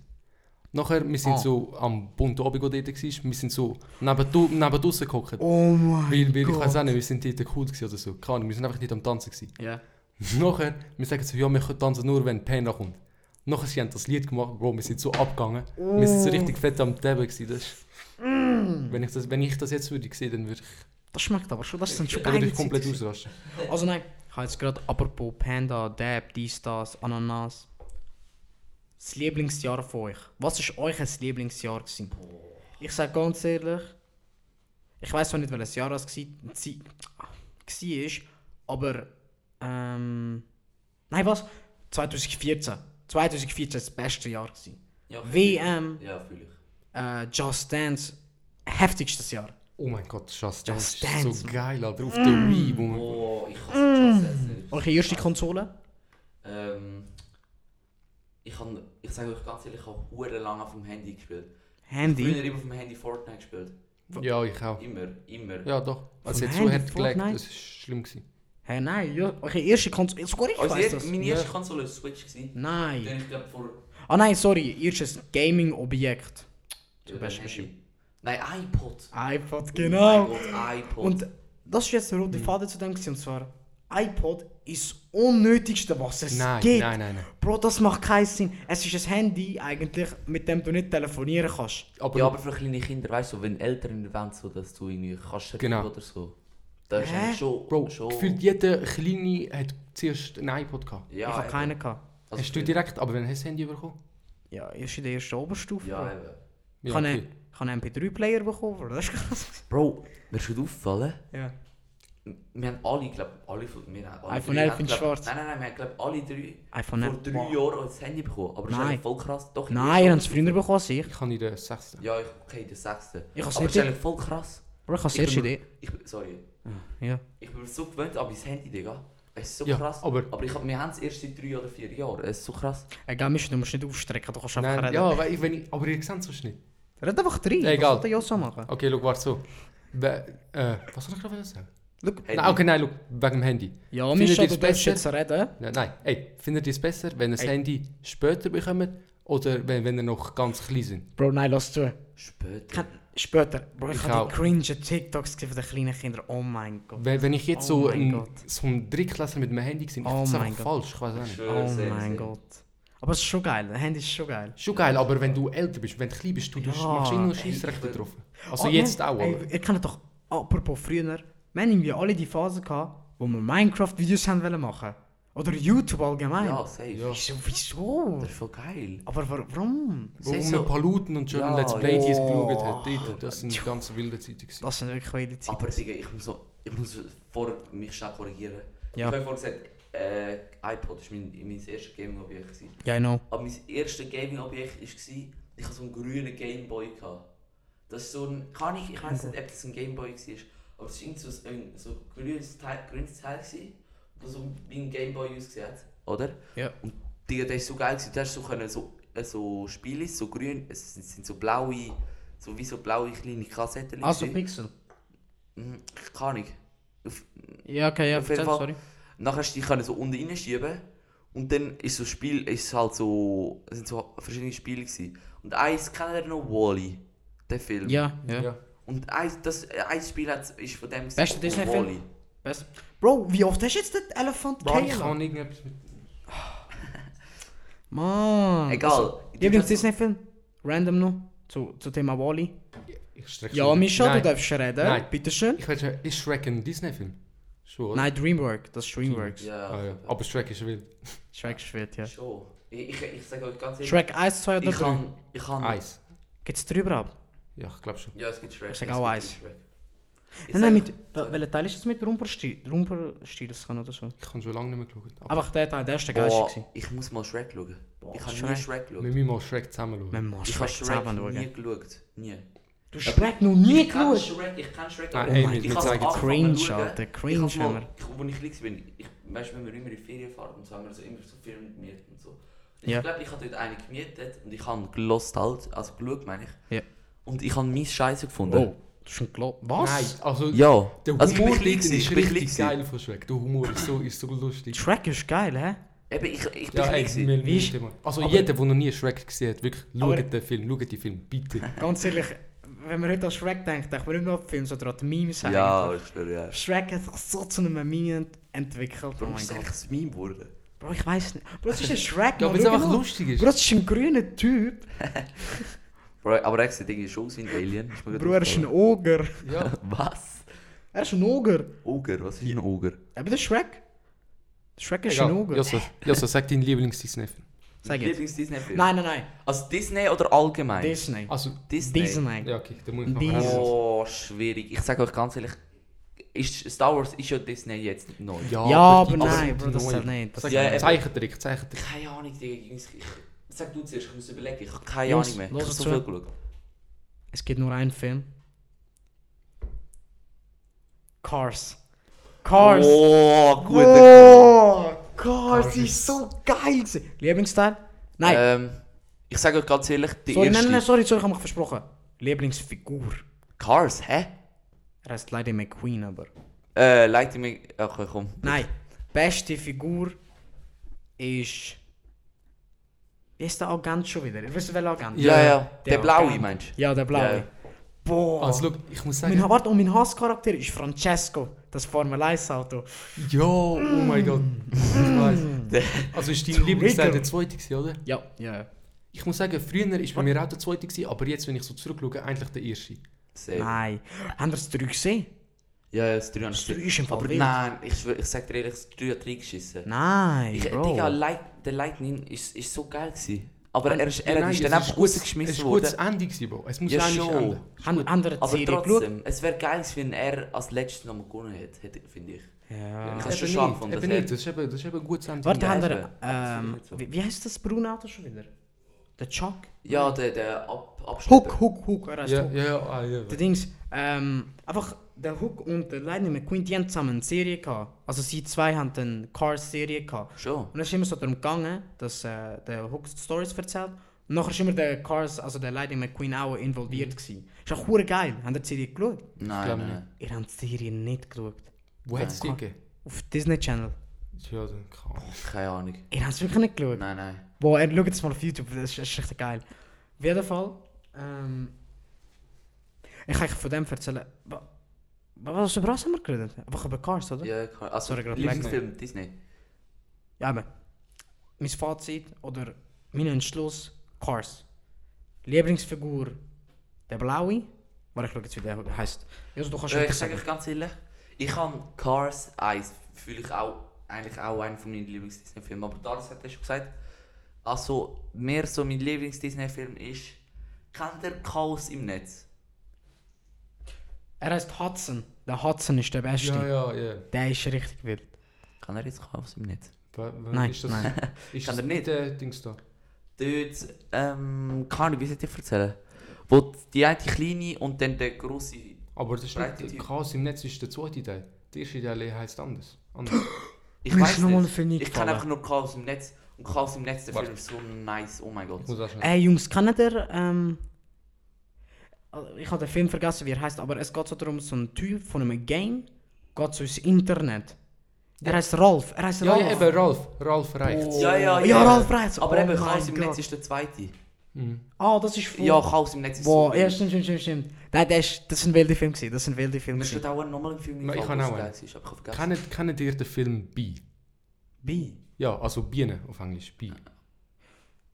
S3: Nachher, wir sind
S2: Ah.
S3: so am bunten Abend, wo dort war, wir sind so neben, du- neben draussen gehockt.
S2: Oh mein
S3: weil, weil ich weiß auch nicht, wir sind dort cool gewesen oder so. Keine Ahnung, wir sind einfach nicht am Tanzen gewesen.
S2: Ja.
S3: Nachher, wir sagen so, ja, wir können tanzen nur, wenn Panda kommt. Nachher, sie haben das Lied gemacht, Bro, wir sind so abgegangen. Wir
S2: Mm.
S3: sind so richtig fett am Teben gewesen. Das ist, wenn, ich das, wenn ich das jetzt würde sehen, dann würde ich,
S2: Das schmeckt aber schon, das sind schon
S3: dann würde
S2: geile
S3: ich komplett
S2: Zeiten.
S3: ausrasten.
S2: Also nein, ich habe jetzt gerade apropos Panda, Dab, dies, das, Ananas. Das Lieblingsjahr von euch. Was ist euch ein Lieblingsjahr gewesen? Ich sage ganz ehrlich, ich weiß zwar nicht, welches Jahr das gsi- gsi- gsi war, aber ähm, nein was? 2014. 2014 war das beste Jahr. Gewesen.
S4: Ja, okay.
S2: WM,
S4: Ja, fühle ich.
S2: äh, Just Dance, heftigstes Jahr.
S3: Oh mein Gott, Just Dance
S2: Just
S3: ist
S2: Dance, Mm.
S3: so geil, Alter. Auf der Wii, wo man...
S4: Oh, ich hasse mm.
S2: Eure erste Konsole?
S4: Ähm, ich, hab, ich sage euch ganz ehrlich, ich habe hure lange auf dem Handy gespielt.
S2: Handy?
S4: Früher immer auf dem Handy Fortnite gespielt.
S3: Ja, ich auch.
S4: Immer, immer.
S3: Ja, doch.
S2: Was,
S3: Es hat
S2: nein,
S3: so hart
S2: Fortnite?
S3: gelegt, das ist schlimm gewesen.
S2: Hä, nein, ja, eure erste Konsole. Sogar ich
S4: Also,
S2: weiß
S4: er-
S2: das.
S4: meine erste Konsole war Switch. Gewesen.
S2: Nein.
S4: Denn ich glaube, vor.
S2: Ah nein, sorry, erstes Gaming-Objekt.
S4: Du
S2: bist
S4: bestimmt. Nein, iPod.
S2: iPod,
S4: Oh mein Gott, iPod.
S2: Und das ist jetzt der rote Faden zu dem gewesen, und zwar iPod ist das unnötigste, was es
S3: Nein,
S2: gibt.
S3: nein, nein, nein.
S2: Bro, das macht keinen Sinn. Es ist ein Handy eigentlich, mit dem du nicht telefonieren kannst.
S3: Aber,
S4: ja, aber für kleine Kinder, weißt du, wenn Eltern wollen, so, dass du irgendwie kannst schreiben
S3: Genau.
S4: oder so. Das ist
S2: Hä?
S4: eigentlich schon.
S3: Bro,
S4: schon
S3: gefühlt jeder Kleine hat zuerst einen iPod gehabt.
S4: ja,
S2: ich habe
S4: eben.
S2: keinen gehabt.
S4: Also,
S3: hast du direkt, aber wenn hast du das Handy bekommen?
S2: Ja, erst in der ersten Oberstufe. Bro.
S4: Ja, eben.
S2: ich habe einen, ich habe einen MP3-Player bekommen, Bro. das ist krass.
S4: Bro, mir ist gerade aufgefallen,
S2: Ja.
S4: wir haben alle, ich glaube, alle von mir haben alle
S2: iPhone
S4: drei
S2: 11
S4: haben,
S2: in
S4: glaub-
S2: schwarz.
S4: Nein, nein, nein, wir haben, glaube alle drei
S2: iPhone
S4: vor
S2: 11.
S4: drei Jahren auch das Handy bekommen. Aber das ist
S2: Nein.
S4: eigentlich voll krass. Doch, ich-
S2: Nein, ihr habt es früher bekommen als ich.
S3: Ich habe in der sechsten.
S4: Ja, ich, okay, der sechste.
S2: Ich hab's
S4: aber
S2: nicht-
S4: das ist eigentlich voll krass.
S2: Bro, ich habe es
S4: Ich
S2: erst in
S4: bin-
S2: der...
S4: Ich bin, sorry,
S2: Ja.
S4: ich bin mir so gewöhnt an mein Handy, Digga. Es ist so
S3: Ja,
S4: krass.
S3: aber-
S4: ich hab, wir haben es erst seit drei oder vier Jahren. Es ist so krass.
S2: Egal, Misch, du musst nicht aufstrecken, du kannst einfach
S3: Nein,
S2: reden.
S3: ja, weil ich, wenn ich, aber ihr seht so schnell.
S2: Red einfach drin,
S3: Egal.
S2: was soll der Jossa machen?
S3: Okay, schau, warte so. We, äh, was soll ich gerade sagen?
S2: Look.
S4: Handy.
S3: Nein, okay, nein, schau, wegen dem Handy.
S2: Ja,
S3: Findet
S2: Misch,
S3: ihr
S2: du
S3: es
S2: darfst
S3: besser?
S2: jetzt reden.
S3: Nein, nein, ey, findet ihr es besser, wenn ihr das
S2: Ey.
S3: Handy später bekommt oder wenn, wenn ihr noch ganz klein sind?
S2: Bro, nein, lass zu.
S4: Später.
S2: Kann- später, Bro, ich,
S3: Ich
S2: habe
S3: auch.
S2: die cringe TikToks gesehen von den kleinen Kindern. Oh mein Gott.
S3: Wenn, wenn ich jetzt
S2: Oh
S3: so,
S2: mein
S3: ein,
S2: Gott.
S3: so ein Drittklässler mit meinem Handy gesehen, ich
S2: Oh
S3: find's
S2: mein
S3: einfach falsch, ich weiß auch nicht.
S2: Oh mein Gott. Aber es ist schon geil, ein Handy ist schon geil.
S3: Schon geil, aber wenn du älter bist, wenn du klein bist, du du
S2: Ja,
S3: machst immer noch
S2: ey,
S3: Scheissrechte
S4: ich-
S3: drauf. Also
S2: Oh,
S3: jetzt
S2: nein,
S3: auch,
S2: ey,
S3: aber.
S2: Ihr kennt doch, apropos früher, wir haben irgendwie alle die Phase gehabt, wo wir Minecraft-Videos haben wollen machen Oder YouTube allgemein.
S4: Ja, safe.
S3: Ja.
S2: Wieso, wieso?
S4: Das ist voll geil.
S2: Aber wa- warum?
S3: Wo
S4: Sei
S3: man
S4: so.
S3: Paluten und schon
S4: Ja,
S3: Let's Play die es
S2: ja.
S3: geschaut hat, dort, das sind ganz wilde Zeiten. gewesen.
S2: Das sind wirklich wilde Zeiten.
S4: Aber Digga, ich muss, so, ich muss vor, mich schnell korrigieren.
S2: Ja.
S4: Ich habe vorhin gesagt, äh, iPod war mein, mein erstes Gaming-Objekt. gewesen.
S2: Ja, ich know.
S4: Aber mein erstes Gaming-Objekt war, ich hatte so einen grünen Gameboy. gehabt. Das ist so ein, kann ich, ich weiß nicht, ob das ein Gameboy war, aber es war irgend so ein, so ein grünes Teil, grünes Teil gewesen, das so wie ein Gameboy ausgesehen hat, oder?
S2: Ja.
S4: Und Digga, der ist so geil gewesen, du hast so können, so, äh, so Spiele, so grün, es sind, sind so blaue, so wie so blaue kleine Kassetten.
S2: Also
S4: gewesen.
S2: Pixel.
S4: Mhm, Keine Ahnung. Auf,
S2: Ja, okay, ja,
S4: Auf jeden
S2: verzeih,
S4: Fall.
S2: sorry.
S4: nachher hast du die können so unten reinschieben und dann ist so Spiel ist halt so es sind so verschiedene Spiele gewesen. und eins kennt ihr noch Wally der Film
S2: Ja, ja.
S3: Ja.
S4: und eins das äh, eins Spiel hat ist von dem
S2: Bester
S4: gewesen,
S2: Disney-Film?
S4: Wall-E.
S2: Best. Bro, wie oft hast du jetzt den Elephant
S3: Bro, ich
S2: Killer?
S3: kann irgendetwas mit.
S2: Mann. Also,
S4: egal
S2: Lieblings Disney-Film? Random noch? Zu, zu Thema Wally?
S3: Ich strecke
S2: Ja,
S3: schon-
S2: Mischa, du
S3: Nein.
S2: darfst reden.
S3: Nein.
S2: Bitteschön.
S3: Ich weiß schon, ist Shrek ein Disney-Film? Schon, oder?
S2: Nein, Dreamworks. Das ist Dreamworks.
S4: ja,
S3: Ah, ja. Aber Shrek ist wild.
S2: Shrek ist wild, ja.
S4: schon ich, ich, ich sage euch ganz ehrlich
S2: Shrek 1, 2 oder
S4: ich
S2: 3?
S4: kann ich kann
S3: Eis.
S2: Geht's drüber ab?
S3: Ja, ich glaube schon.
S4: ja es gibt Shrek
S2: Ich sag
S4: es
S2: auch
S4: gibt
S2: eins.
S4: Shrek. Ich
S2: Nein, nein,
S4: sag-
S2: mit. Welcher Teil ist das mit Rumpelstil? Rumpelstil, das kann oder so.
S3: Ich kann schon lange nicht mehr schauen. Aber
S2: Aber der Teil, der ist der
S4: Boah,
S2: geilste.
S4: ich muss mal Shrek schauen ich kann
S2: Shrek.
S4: nur Shrek
S3: wir
S4: schauen
S3: müssen mal Shrek zusammen schauen.
S2: Man muss
S4: ich habe
S2: Shrek
S4: Shrek
S2: zusammen
S4: nie
S2: schauen.
S4: geschaut nie
S2: Du Shrek noch nie
S4: Ich kann
S2: geschaut?
S4: Shrek, ich kann Shrek.
S3: Nein,
S4: aber-
S3: ey,
S2: mein
S3: mit
S4: ich
S3: mir
S4: hab's
S3: zeigen.
S4: angefangen
S2: Cringe,
S4: zu schauen.
S2: Alter, cringe,
S4: Ich hab's mal-
S2: Hammer.
S4: Ich, wo ich klein bin, ich, weißt, wenn wir immer in die Ferien fahren, und so haben wir so immer so Filme gemietet und so. Ich
S2: Ja.
S4: glaube, ich habe dort einen gemietet und ich habe gelost halt, also geschaut, meine ich.
S2: Ja.
S4: Und ich habe mein Scheiße gefunden.
S2: Oh, du hast schon gelobt. Was?
S3: Nein, also.
S4: Ja.
S3: Der
S4: Also ich bin
S3: Humor
S4: klein,
S3: dort ist
S4: gewesen, ich bin klein.
S3: richtig
S4: gewesen.
S3: geil von Shrek. Der Humor ist so, ist so lustig.
S2: Shrek ist geil, hä?
S4: Eben, ich, ich bin
S3: Ja,
S4: klein.
S3: ey,
S4: gewesen.
S3: wir- wir-
S2: ist-
S3: Also
S2: aber-
S3: jeder, der noch nie Shrek gesehen hat, wirklich,
S2: Aber-
S3: schaut den Film, schaut den Film, bitte.
S2: Ganz ehrlich, wenn man heute an Shrek denkt, denkt man nicht mehr an die Filme, sondern an die Memes
S4: ja,
S2: eigentlich.
S4: ich schwöre, ja.
S2: Shrek hat sich so zu einem Meme ent- entwickelt. Oh
S4: Warum
S2: mein
S4: ist es
S2: Gott.
S4: eigentlich ein Meme geworden?
S2: Bro, ich weiß nicht. Bro, das ist ein Shrek,
S3: Ja,
S2: Mann,
S3: weil es
S2: schau
S3: einfach
S2: mal.
S3: lustig ist.
S2: Bro, das ist ein grüner Typ.
S4: Bro, aber er sieht irgendwie schon aus wie ein Alien. Ist mir grad
S2: Bro, er ist ein Oger.
S3: Ja.
S4: aufgefallen. Was?
S2: Er ist ein Oger.
S4: Oger, was ist ein Oger?
S2: Eben der Shrek. Der Shrek ist ein
S3: Egal.
S2: Oger.
S3: Josef, Josef, sag deinen Lieblings-Disney-Film.
S2: Sag jetzt.
S4: Lieblings-Disney-Film?
S2: Nein, nein, nein.
S4: Also Disney oder allgemein?
S2: Disney.
S3: Also,
S4: Disney.
S2: Disney.
S3: ja, okay, da muss ich noch
S2: Disney.
S3: mal-
S4: Oh, schwierig. Ich sage euch ganz ehrlich, ist, Star Wars ist ja Disney jetzt neu.
S2: Ja, aber
S3: die-
S2: nein,
S3: die
S2: Bro, das
S3: neuen.
S2: zählt nicht. Das
S3: Sag,
S4: zählt nicht.
S3: Zeichentrick, Zeichentrick.
S4: Keine Ahnung, Digga. Ich, ich, sag du zuerst, ich muss überlegen. Ich habe keine
S2: Jungs,
S4: Ahnung mehr. Ich
S2: los
S4: habe so
S2: zu.
S4: viel geschaut.
S2: Es gibt nur einen Film. Cars. Cars.
S4: Oh, gut.
S2: Oh, Cars ist so geil. gewesen. Lieblingsteil? Nein.
S4: Ähm, ich sage euch ganz ehrlich, die
S2: sorry, nein,
S4: erste.
S2: nein, nein, sorry, sorry, ich habe mich versprochen. Lieblingsfigur.
S4: Cars, hä?
S2: Er heißt leider McQueen, aber.
S4: Äh, Lighting Me. Okay, komm.
S2: Nein. Beste Figur ist. Wie ist der Agent schon wieder? Wisst ihr, welcher Agent?
S4: Ja, ja. Der,
S2: Der
S4: blaue
S2: Agent.
S4: Mensch.
S2: Ja, der blaue.
S4: Ja.
S2: Boah.
S3: Also, look, ich muss sagen,
S2: mein, warte, und mein Hasscharakter ist Francesco, das Formel 1 Auto.
S3: ja, oh mein Gott. Ich weiß.
S4: Der-
S3: Also, ist dein Lieblingsteil
S2: Mm. Trigger.
S3: der zweite, gewesen, oder?
S2: Ja, ja.
S3: Ich muss sagen, früher ist bei mir auch der zweite, gewesen, aber jetzt, wenn ich so zurückschaue, eigentlich der erste.
S4: Safe.
S2: Nein. Haben wir das 3 gesehen?
S4: Ja, ja, das 3
S2: Das 3 ist im Fall
S4: Aber
S2: wild.
S4: nein, ich, schwör, ich sag dir ehrlich, das 3 hat reingeschissen.
S2: Nein,
S4: Ich,
S2: Bro.
S4: Digga, Light, der Lightning ist, ist so geil gewesen. Aber er ist, er
S3: Ja,
S4: ist
S3: nein,
S4: dann
S3: es
S4: einfach
S3: gut- Es
S4: rausgeschmissen
S3: ist ein gutes
S4: worden.
S3: Ende, gewesen, Bro. Es muss
S4: Ja,
S3: eigentlich
S4: schon.
S3: enden.
S2: Haben andere
S4: Aber
S2: Serie geschaut?
S4: trotzdem, es wäre geil, gewesen, wenn er als letztes nochmal gewonnen hätte, hätte- finde ich.
S2: Ja.
S4: Ich
S3: Eben
S4: hab's schon
S3: nicht,
S4: schade gefunden.
S3: eben
S4: dass er-
S3: nicht, Das ist eben das ist eben ein gutes Ende.
S2: Warte,
S4: Ja,
S2: haben
S4: ist
S2: wir.
S4: so.
S2: Ähm,
S4: Das ist so.
S2: wie, wie heißt das braune Auto schon wieder? Der Chuck?
S4: Ja, der, der Ab Abschnitt.
S2: Hook, Hook, Hook. Er heißt
S3: Ja,
S2: Hook.
S3: ja, ja. Ah, ja.
S2: Der Dings, ähm, einfach der Hook und der Lightning McQueen, die haben zusammen eine Serie gehabt. Also sie zwei haben eine Cars-Serie gehabt.
S4: Schon.
S2: Und es ist immer so darum gegangen, dass äh, der Hook die Stories erzählt. Und nachher ist immer der Cars, also der Lightning McQueen auch involviert gewesen. Ist auch hure geil. Habt ihr die Serie geschaut?
S4: Nein,
S3: glaub
S4: nein.
S2: Ihr habt die Serie nicht geschaut.
S3: Wo hat es die gegeben?
S2: Auf Disney Channel.
S3: Ja, dann kann
S4: Keine Ahnung.
S2: Ihr habt es wirklich nicht geschaut?
S4: Nein, nein.
S2: Boah, er ehm, schaut es mal auf YouTube, das ist, das ist richtig geil. Auf jeden Fall, ähm, Ich kann euch von dem erzählen. Wa- wa- Was über was haben wir geredet? Einfach über Cars, oder?
S4: Ja, klar. Also,
S2: Sorry, grad
S4: Lieblingsfilm Disney.
S2: Ja, eben. Mein Fazit oder mein Entschluss: Cars. Lieblingsfigur: der Blaue. Warte, ich schaue jetzt, wie der heißt. Jos, du kannst
S4: Äh, ich
S2: etwas
S4: sage euch ganz ehrlich, ich habe Cars 1, fühle ich auch, eigentlich auch einen von meinen Lieblings-Disney-Filmen, aber Dallas hat das schon gesagt. Also, mehr so mein Lieblings-Disney-Film ist, kennt ihr Chaos im Netz?
S2: Er heißt Hudson. Der Hudson ist der Beste.
S3: Ja, ja, ja.
S2: Der ist richtig wild.
S4: Kann er jetzt Chaos im Netz?
S3: Wa- wa-
S2: Nein,
S3: ist das,
S2: nein.
S3: Ist
S4: Kann
S3: das
S4: er
S3: nicht
S4: nicht.
S3: der Dings da?
S4: Dort, ähm, keine Ahnung, wie soll ich dir erzählen? Wo die- die eine kleine und dann der grosse...
S3: Aber das ist
S4: Breite
S3: nicht,
S4: Typ.
S3: Chaos im Netz ist der zweite Teil. Der erste Teil heisst anders. anders.
S4: Ich
S2: Mir ist
S4: weiss
S2: noch mal ein
S4: nicht.
S2: Film
S4: Ich kann
S2: eingefallen.
S4: einfach nur Chaos im Netz. Und Chaos im Netz, der
S3: Warte.
S4: Film ist so nice, oh mein Gott.
S3: Ich muss das schnell.
S2: Ey Äh, Jungs, kennt ihr, ähm... also, Ich habe den Film vergessen, wie er heißt, aber es geht so darum, so ein Typ von einem Game geht so ins Internet. Er heißt Rolf, er heißt
S3: Ja,
S2: Rolf.
S3: ja, eben Ralf. Ralf reicht.
S4: Ja,
S2: Ja,
S4: ja, ja.
S2: Ralf Reitz.
S4: Aber
S2: Oh
S4: eben,
S2: mein
S4: Chaos im
S2: Gott.
S4: Netz ist der zweite.
S3: Mhm.
S2: Ah, das ist voll...
S4: Ja, Chaos im Netz ist
S2: Boah,
S4: so
S2: ja, stimmt, stimmt, stimmt, stimmt. Nein, das ist, das ist ein wilder Film gewesen, das ist ein wilder Film
S4: Mir steht
S2: gewesen.
S4: auch nochmal ein Film
S3: Maar ik ga
S4: der
S3: nou,
S4: geil
S3: hè.
S4: ist, aber ich habe vergessen.
S3: Kennt, kennt ihr den Film Bee?
S2: Bi.
S3: Ja, also Biene auf Englisch. Bee.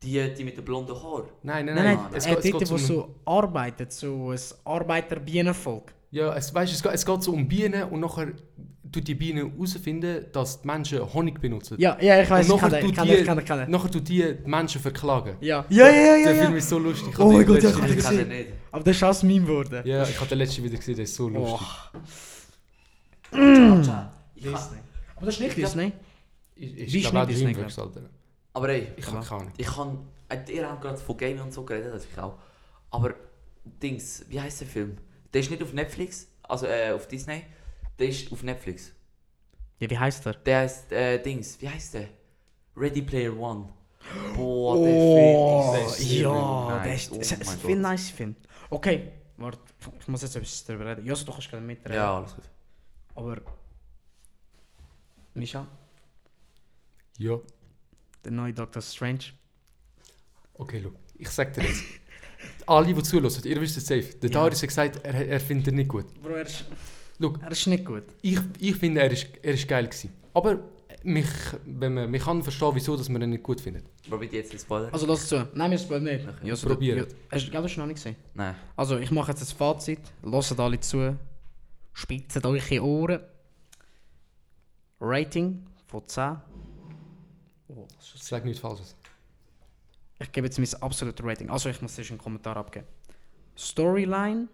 S4: Die, die mit den blonden Haaren.
S3: Nein, nein,
S2: Nein,
S3: nein.
S2: nein,
S3: es
S2: er
S3: geht, es
S2: dort,
S3: geht
S2: wo
S3: um,
S2: so arbeitet, so ein Arbeiterbienenvolk.
S3: ja, es, weißt, es, geht, es geht so um Bienen und nachher tut die Biene herausfinden, dass die Menschen Honig benutzen.
S2: Ja, ja, ich weiß,
S3: und
S2: ich kann
S3: nachher
S2: den, ich
S3: tut
S2: kann
S3: die,
S2: den, ich kann den, ich kann den.
S3: nachher tut die die Menschen verklagen.
S2: Ja, ja, ja, ja,
S3: Der
S2: ja.
S3: Film ist so lustig. Ich
S2: Oh
S3: hab
S2: mein
S3: den
S2: Gott, ja, ich hab
S3: letzten wieder
S2: den
S4: Ich
S3: gesehen.
S4: kann
S2: gesehen.
S4: den nicht.
S2: Aber das ist aus Meme geworden.
S3: Ja, ich habe den letzten wieder gesehen, der ist so lustig.
S2: Oh.
S4: Ich kann,
S2: Aber das ist nicht Disney.
S3: Ich,
S2: Wie
S3: ich glaube auch
S2: schnell ist der
S3: Dreamworks, Alter.
S4: aber ey,
S3: Ich habe keine Ahnung.
S4: ich kann... Äh, ihr habt gerade von Gaming und so geredet, das ich auch. Aber, Dings, wie heisst der Film? Der ist nicht auf Netflix, also äh, auf Disney. Der ist auf Netflix.
S2: Ja, wie heißt der?
S4: Der heißt, äh, Dings, wie heisst der? Ready Player One. Boah, der
S2: Oh,
S4: Film ist sehr
S2: ja, das ist,
S4: nice.
S2: es
S4: Oh
S2: ist
S4: mein
S2: ein viel
S4: Gott.
S2: nice Film. Okay, warte, ich muss jetzt ein bisschen darüber reden. Jos, du kannst gerne mitreden.
S4: Ja, alles gut.
S2: Aber, Misha,
S3: Ja.
S2: der neue Doctor Strange.
S3: Okay, schau. Ich sag dir jetzt. Alle, die zuhören, ihr wisst es safe. Der
S2: Ja.
S3: Darius hat gesagt, er, er findet ihn nicht gut.
S2: Bro, er ist,
S3: Schau,
S2: er ist nicht gut.
S3: ich, ich finde, er ist, er ist geil gewesen. Aber mich, wenn man, mich kann verstehen, wieso dass man ihn nicht gut findet.
S4: Probiert jetzt den Spoiler?
S2: Also, lass zu. Nein, wir spoilern nicht. Jos, du-
S3: Probiert.
S2: Jo- Hast du, ja, du hast ihn noch nicht gesehen?
S4: Nein.
S2: Also, ich mache jetzt das Fazit. Hört alle zu. Spitzt eure Ohren. Rating von Oh, 10.
S3: Sag nichts Falsches.
S2: Ich gebe jetzt mein absolutes Rating. Also ich muss jetzt einen Kommentar abgeben. Storyline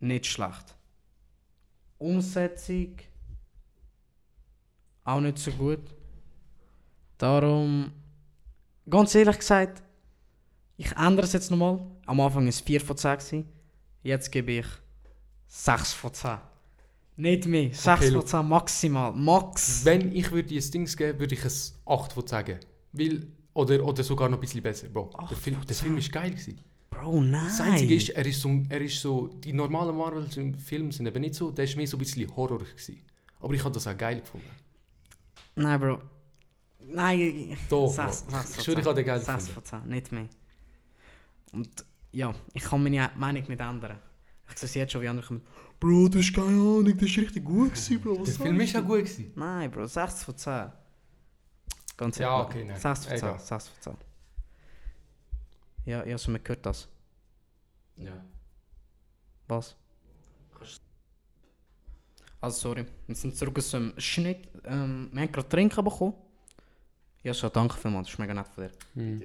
S2: nicht schlecht. Umsetzung auch nicht so gut. Darum, ganz ehrlich gesagt, ich ändere es jetzt nochmal. Am Anfang war es 4 von 10. gewesen. Jetzt gebe ich 6 von 10. Nicht mehr. 6 von
S3: Luke.
S2: 10 maximal. Max.
S3: Wenn ich würde ein Dings geben, würde ich ein 8 von sagen. Weil, oder, oder sogar noch ein bisschen besser. Bro, der Film, der Film ist geil gewesen.
S2: Bro, nein.
S3: Das Einzige ist, er ist, so, er ist so, die normalen Marvel-Filme sind eben nicht so, der war mehr so ein bisschen Horror. Gewesen. Aber ich habe das auch geil gefunden.
S2: Nein, Bro. Nein, ich-
S3: Doch,
S2: sechs-
S3: Bro.
S2: sechs
S3: Ich
S2: von
S3: schwöre, ich
S2: zehn.
S3: hab den geil
S2: Sechs von zehn, nicht mehr. Und ja, ich kann meine Meinung nicht ändern. Ich sehe es jetzt schon, wie andere kommen. Bro, das ist keine Ahnung, das ist richtig gut gewesen, Bro.
S3: Der
S2: Was
S3: Film ist ja gut gewesen.
S2: Nein, Bro, 6 von 10. Ganz
S3: Ja,
S2: ehrlich,
S3: okay, nein.
S2: 6 von 10,
S3: Egal.
S2: 6 von 10. Ja, ja, so, man hört das.
S4: Ja.
S2: Was? Also, Ah, sorry. Wir sind zurück aus dem Schnitt. Ähm, wir haben gerade Trinken bekommen. Ja, so, danke vielmals. Das ist mega nett von dir.
S3: Hmm.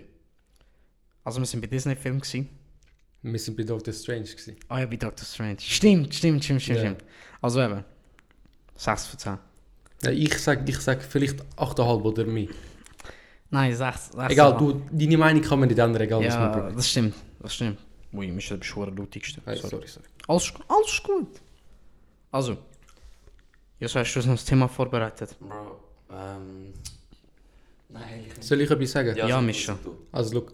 S2: Also, wir sind bei Disney-Film. gewesen.
S3: Wir sind bei Doctor Strange. Gewesen.
S2: Ah ja, bei Doctor Strange. Stimmt, stimmt, stimmt, stimmt.
S3: Ja.
S2: stimmt. Also eben. 6 von 10.
S3: Ja, ich, sag, ich sag vielleicht 8,5 oder mehr.
S2: Nein, 6. 6
S3: Egal, du, deine Meinung kann man nicht ändern, egal was
S2: Ja,
S3: man probiert.
S2: das stimmt. Das stimmt. Ui, mich ist schon verdammt lautigste.
S3: Hey,
S2: Sorry.
S3: sorry, sorry.
S2: Alles, gu- alles gut. Also. Jetzt hast du uns noch das Thema vorbereitet.
S4: Bro, ähm. Nein, eigentlich nicht.
S3: Soll ich etwas sagen?
S2: Ja,
S4: sag
S2: Mischa.
S4: du.
S3: Also, look,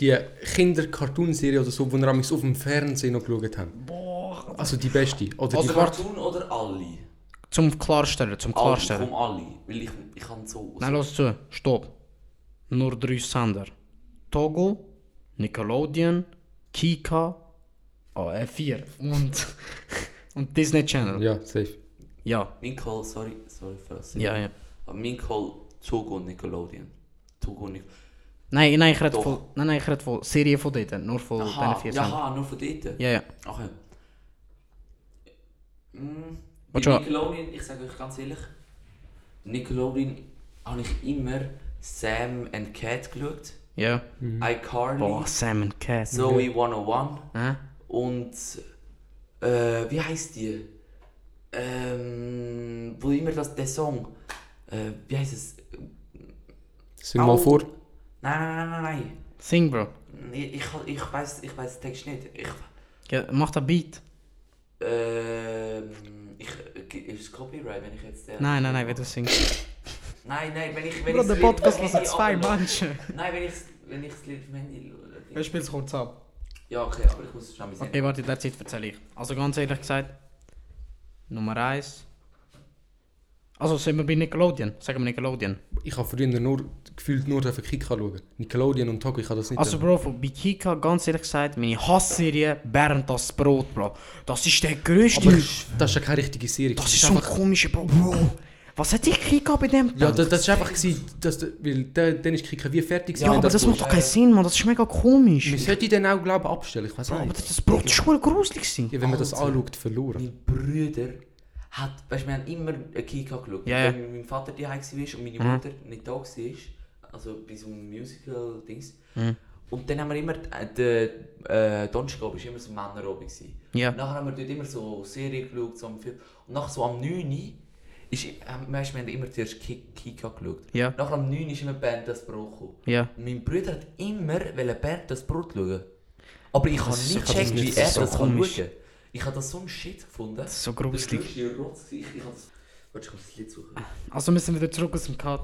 S3: die Kinder-Cartoon-Serie oder so, die wir am auf dem Fernsehen noch geschaut haben.
S2: Boah.
S3: Also die beste. Oder
S2: Also,
S3: die
S4: Also
S2: warte.
S4: Cartoon oder alle?
S2: Zum Klarstellen, zum
S4: Alle,
S2: Klarstellen.
S4: Oh, komm also. alle. Weil ich, ich kann so...
S2: Nein, los zu, stopp. Nur drei Sender. Togo, Nickelodeon, Kika, Oh, äh, vier. Und, und Disney Channel.
S3: Ja, safe.
S2: Ja.
S4: Mein Call, sorry, sorry für das.
S2: Ja, ja.
S4: Aber mein Call, Togo und Nickelodeon. Togo und Nickelodeon.
S2: Nein, nein, ich rede
S4: Doch.
S2: von, nein, nein, ich rede von Serien von dort, nur von diesen
S4: Aha,
S2: vier
S4: ja,
S2: Sendern.
S4: aha, nur von dort.
S2: Ja, ja.
S4: Okay. Mm, bei
S2: Wat je-
S4: Nickelodeon, ich sage euch ganz ehrlich, Nickelodeon habe ich immer Sam and Cat geschaut,
S2: Ja.
S4: iCarly,
S2: Mhm. Boah, Sam and Cat.
S4: Zoe 101
S2: Hä?
S4: und äh, wie heißt die? Ähm, wo immer das der Song, äh, wie heißt es?
S3: Sing mal
S4: Au.
S3: vor.
S4: Nein, nein, nein, nein,
S2: Sing, Bro.
S4: nein. Ich, ich, ich weiß, ich weiß den Text nicht. Ich,
S2: Ja, mach den Beat.
S4: Ähm, ich, ge- ist es Copyright, wenn ich jetzt... Äh,
S2: Nein, nein, nein, wenn du singst.
S4: Nein, nein, wenn ich... Wenn
S2: Bro,
S4: ich
S2: der
S4: das Lied
S2: Podcast
S4: auf dem
S2: lassen
S4: Handy
S2: zwei
S4: runterlade.
S2: Menschen.
S4: Nein, wenn ich wenn ich das Lied auf dem Handy...
S2: Ich spiel's kurz ab.
S4: Ja, okay, aber ich muss es schon mal sehen.
S2: Okay, warte, in der Zeit erzähle ich. Also ganz ehrlich gesagt, Nummer eins. Also sind wir bei Nickelodeon. Sagen wir Nickelodeon.
S3: Ich habe früher nur, gefühlt nur auf Kika schauen. Nickelodeon und Togo, ich kann das nicht.
S2: Also Bro, von Bikika, ganz ehrlich gesagt, meine Hassserie Bernd das Brot, Bro. Das ist der größte...
S3: aber das ist ja keine richtige Serie.
S2: das ist so ein komischer Bro. Bro. Was hat die Kika bei dem
S3: Ja,
S2: gedacht?
S3: das, das ist einfach gewesen, dass, weil der, dann ist Kika wie fertig gewesen,
S2: ja
S3: wenn
S2: aber das macht
S3: durch-
S2: doch keinen Sinn, Mann. Das ist mega komisch.
S3: Wir sollten den auch, glaube ich, abstellen, ich weiß
S2: Bro, Ah, aber
S3: nicht.
S2: das, das Brot ist schon gruselig gewesen.
S3: Ja, wenn man das anschaut, verloren.
S4: Mein Bruder hat... Weißt du, wir haben immer einen Kika geschaut.
S2: Ja, ja. Mhm.
S4: Wenn mein Vater daheim war und meine Mutter nicht da war, also bei so einem Musical-Dings,
S2: Mhm.
S4: und dann haben wir immer... äh, Der äh, Donnerstag war immer so Männerabend. gewesen.
S2: Ja.
S4: Und nachher haben wir dort immer so Serien geschaut, so am Film. Und nachher so am 9. Uhr ist, ähm, weißt, wir haben immer zuerst Ki- Kika geschaut.
S2: Ja.
S4: Nachher am 9. Uhr ist immer Bernd das Brot gekommen.
S2: Ja.
S4: Und Mein Bruder hat immer wollte Bernd das Brot schauen. Aber ich habe
S2: ist
S4: nicht
S2: so-
S4: gecheckt,
S2: das
S4: wie
S2: ist
S4: er
S2: so
S4: das kann
S2: komisch.
S4: schauen Ich habe das so ein Shit gefunden. Das
S2: ist so gruselig.
S4: Das ist Rotz. Ich, ich habe das... Warte, ich muss das Lied suchen.
S2: Also müssen wir wieder zurück aus dem Cut.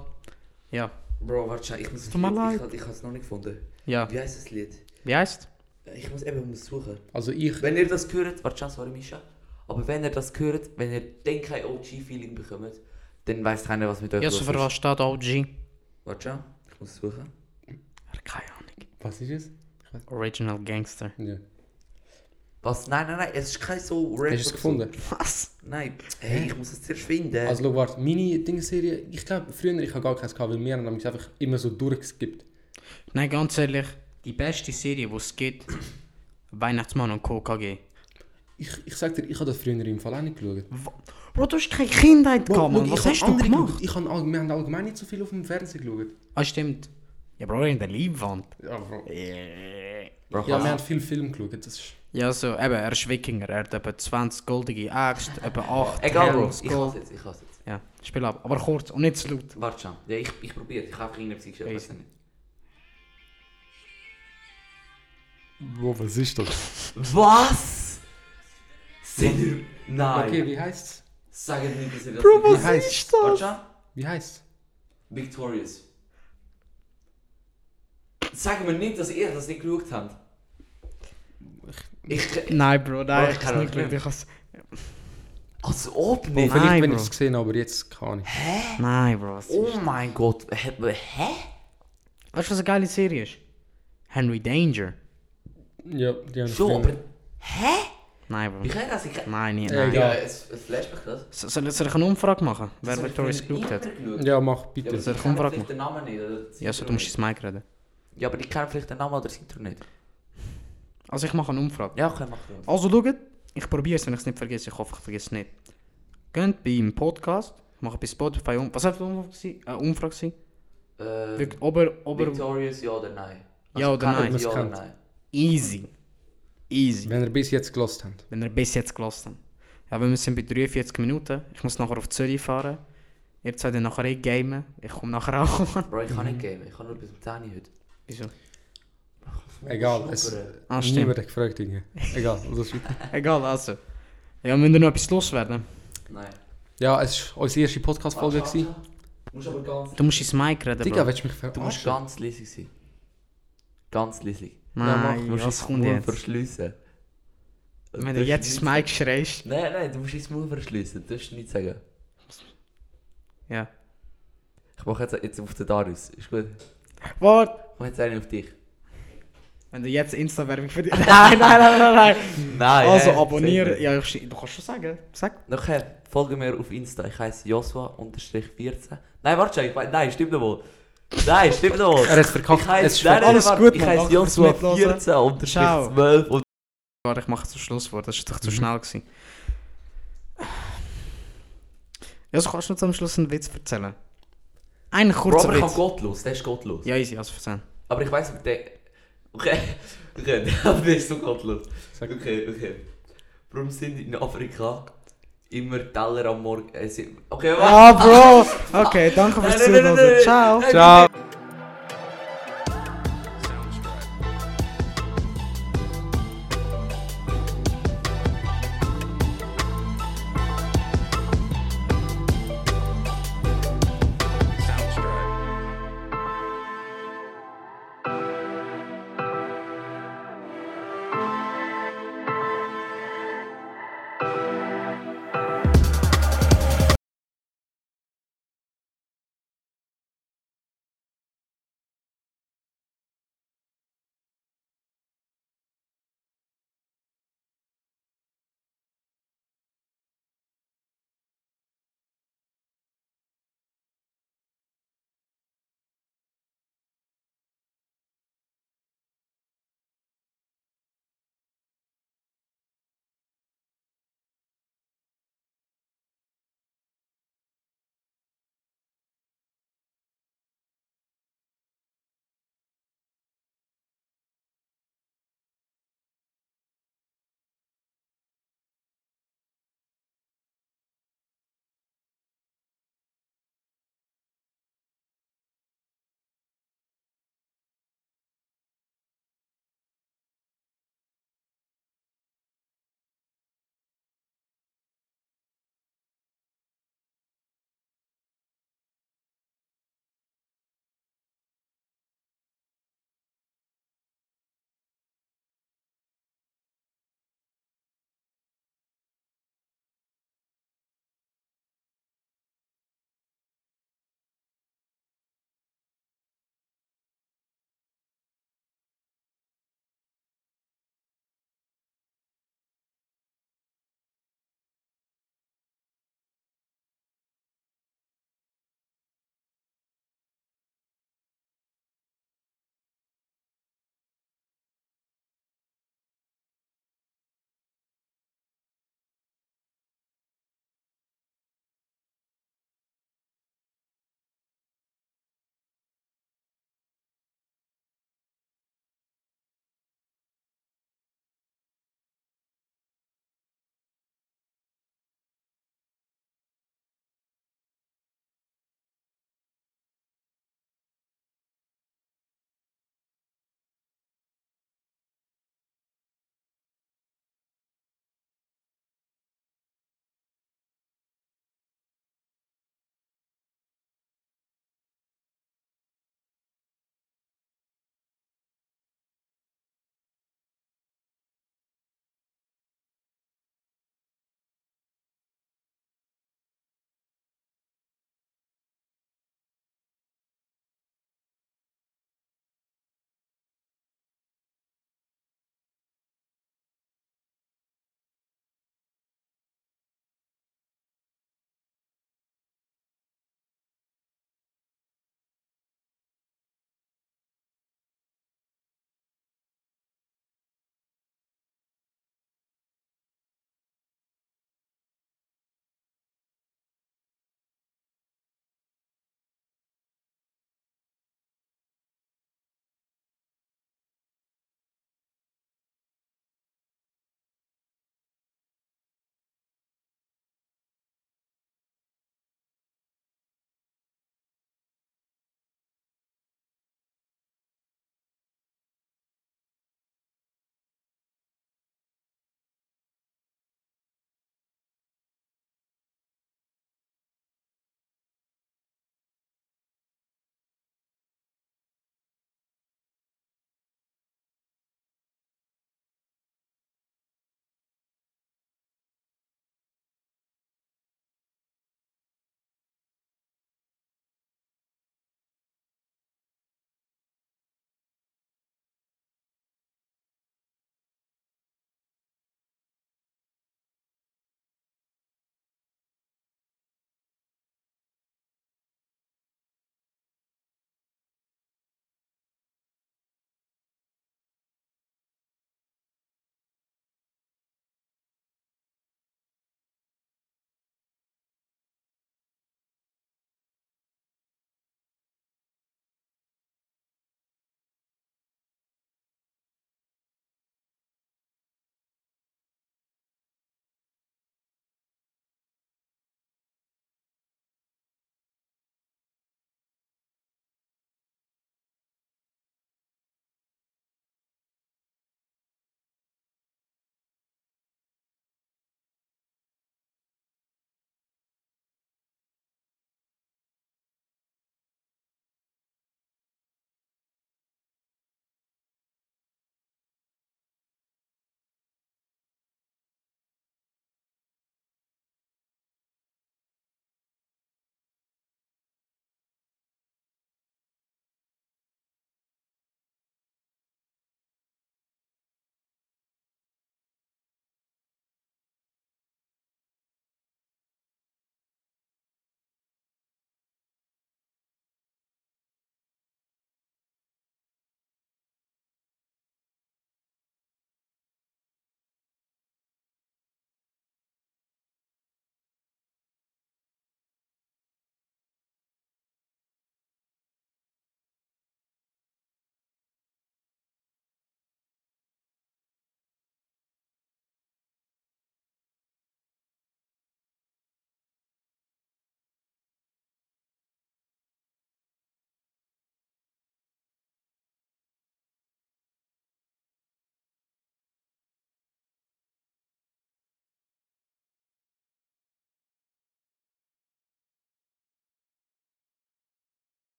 S2: Ja.
S4: Bro, warte, schnell, ich muss...
S2: Tut mir
S4: ich,
S2: leid.
S4: hab- Ich habe es noch nicht gefunden.
S2: Ja.
S4: Wie heisst das Lied?
S2: Wie heißt?
S4: Ich muss eben muss suchen.
S3: Also ich,
S4: Wenn ihr das hört, warte schon, sorry Mischa, aber wenn ihr das hört, wenn ihr dann kein OG-Feeling bekommt, dann weiss keiner, was mit euch
S2: Ja, so für was steht OG?
S4: Warte schon, ich muss suchen.
S2: Keine Ahnung.
S3: was ist es? Ich weiß-
S2: Original Gangster.
S3: Ja.
S4: Was? Nein, nein, nein, es ist kein so
S3: Hast du es gefunden?
S2: Was?
S4: Nein, hey, ich muss es zuerst finden.
S3: Also schau, warte, meine Dingserie, ich glaube, früher, ich habe gar keins gehabt, weil wir haben nämlich einfach immer so durchgeskippt.
S2: Nein, ganz ehrlich, die beste Serie, die es gibt, Weihnachtsmann und KKG.
S3: Ich, ich sag dir, ich habe das früher im Fall auch nicht geschaut.
S2: Bro, du hast keine Kindheit
S3: Wow,
S2: gehabt, Mann.
S3: schau,
S2: Was
S3: hab
S2: hast du
S3: andere
S2: gemacht?
S3: geschaut. Ich hab, all- wir haben allgemein nicht so viel auf dem Fernsehen geschaut.
S2: Ah, stimmt. Ja, Bro, in der Leibwand.
S3: Ja, Bro.
S4: Bro,
S3: Ja,
S4: was?
S3: wir haben viel Film geschaut. Das ist,
S2: Ja, so, eben, er ist Wikinger. Er hat etwa 20 goldige Äxte, etwa 8
S4: Egal, Bro, ich kann es jetzt, ich kann es jetzt.
S2: Ja, spiel ab. Aber kurz und nicht zu laut.
S4: Warte schon, ja, ich, ich probiere, ich habe einfach irgendeine Psyche, ich weiß nicht.
S3: was ist das?
S4: Was? Sind ihr... Nein.
S3: Okay, wie heißt's?
S4: Sag mir nicht, dass ihr das
S2: Bro,
S4: nicht
S2: was
S4: wisst.
S3: heißt-
S2: ist
S4: Warte
S2: das?
S4: schon.
S3: Wie heißt's?
S4: Victorious. Sag mir nicht, dass ihr das nicht geschaut habt. Ich,
S2: Nein, Bro, nein,
S4: Bro,
S2: ich
S4: ich
S2: kann
S4: kann
S2: nicht
S4: auch nicht.
S2: glauben, ich has-
S4: als ob
S3: Oh,
S4: nicht.
S3: vielleicht,
S2: Nein,
S3: wenn
S2: Bro.
S3: ich es gesehen habe, aber jetzt kann ich.
S2: Nein, Bro, was
S4: Oh mein Gott. Hä? hä?
S2: Weißt du, was eine geile Serie ist? Henry Danger.
S3: Ja, die haben
S4: So, aber.
S3: früher-
S4: Hä?
S2: Nein, Bro.
S4: Wie kann das? Ich
S2: Nenein, nie,
S3: Ja,
S2: nein.
S4: ja,
S3: egal.
S4: es, es flasht mich das.
S2: So- Soll soll ich eine Umfrage machen? Wer
S4: Das hab ich
S2: Victorious
S4: früher
S2: geschaut hat?
S4: immer geschaut.
S3: Ja, mach bitte.
S4: aber
S2: Soll
S4: die
S2: ich umfragen?
S4: kennen vielleicht den Namen nicht. Oder das
S2: Ja, so, du musst ins Mic reden.
S4: ja, aber ich kenne vielleicht den Namen oder das Intro nicht.
S2: Also, ich mache eine Umfrage.
S4: Ja, okay, mach mal.
S2: Also, schaut, ich probiere es, wenn ich es nicht vergesse. Ich hoffe, ich vergesse es nicht. Geht beim Podcast, ich mache bei Spotify um. Was war die Umfrage? gewesen? Äh, Umfrage gewesen?
S4: Äh,
S2: Wirklich, Ober, ober.
S4: Victorious, ja oder nein?
S2: Ja oder
S4: kennen
S2: nein?
S4: wir es, Ja oder
S3: Kennt.
S4: nein?
S2: Easy. Easy.
S3: Wenn ihr bis jetzt gelost habt.
S2: wenn ihr bis jetzt gelassen habt. Ja, weil wir sind bei 43 Minuten. Ich muss nachher auf Zürich fahren. Ihr zwei dann nachher eh gamen. Ich komme nachher auch.
S4: Bro, ich kann nicht geben. Ich kann nur bis zum 10 Uhr heute.
S2: Wieso?
S3: Egal, es
S2: Ah, stimmt.
S3: niemand hat gefragt. Dinge. Egal, das ist
S2: Egal, also. Ja, müssen wir noch etwas loswerden?
S4: Nein.
S3: Ja, es war unsere erste Podcast-Folge. gewesen.
S4: Muss aber ganz.
S2: Du musst ins Mic reden,
S3: Digga,
S2: Bro.
S3: willst du mich
S4: Du musst
S3: verarschen?
S4: ganz leise sein. Ganz leise.
S2: Nein,
S4: du musst
S2: was
S4: dein
S2: kommt
S4: Maul
S2: jetzt?
S4: verschliessen.
S2: Wenn du jetzt ins Mic schreist.
S4: Nein, nein, du musst ins Maul verschliessen. Du darfst nichts sagen.
S2: Ja.
S4: dus. Ich mache jetzt, jetzt auf den Darius. Ist gut.
S2: Warte!
S4: Ich mache jetzt einen auf dich.
S2: Wenn du jetzt Insta-Werbung für die. Nein, nein, nein, nein, nein.
S4: Nein.
S2: also
S4: hä?
S2: abonnieren.
S4: Sicher.
S2: Ja, ich, du kannst schon sagen. Sag.
S4: Nachher folge mir auf Insta. Ich heiße Joshua-14. Nein, warte schon. Ich mein, nein, stimmt noch wohl. Nein, stimmt noch wohl.
S3: Er hat verkackt.
S4: Ich heiße,
S3: es ist
S2: alles gut,
S4: ich
S2: Mann.
S4: heiße
S2: Danke fürs Mithören. Ciao.
S4: Joshua-14-12 und
S2: Warte, ich mache zum Schlusswort. Das war doch zu
S3: Mhm.
S2: schnell. Gewesen. Ja, so kannst du zum Schluss einen Witz erzählen. Einen kurzen
S4: Robert kann
S2: Witz.
S4: gottlos, der ist gottlos.
S2: Ja, easy, also erzählen.
S4: Aber ich weiß, der. Okay, okay, der ist so gottlos.
S3: Sag.
S4: Okay, okay. Warum sind in Afrika immer Teller am Morgen. Äh, sind- okay,
S2: Ah, Bro! Okay, danke fürs Zuhören. Ciao!
S3: Ciao.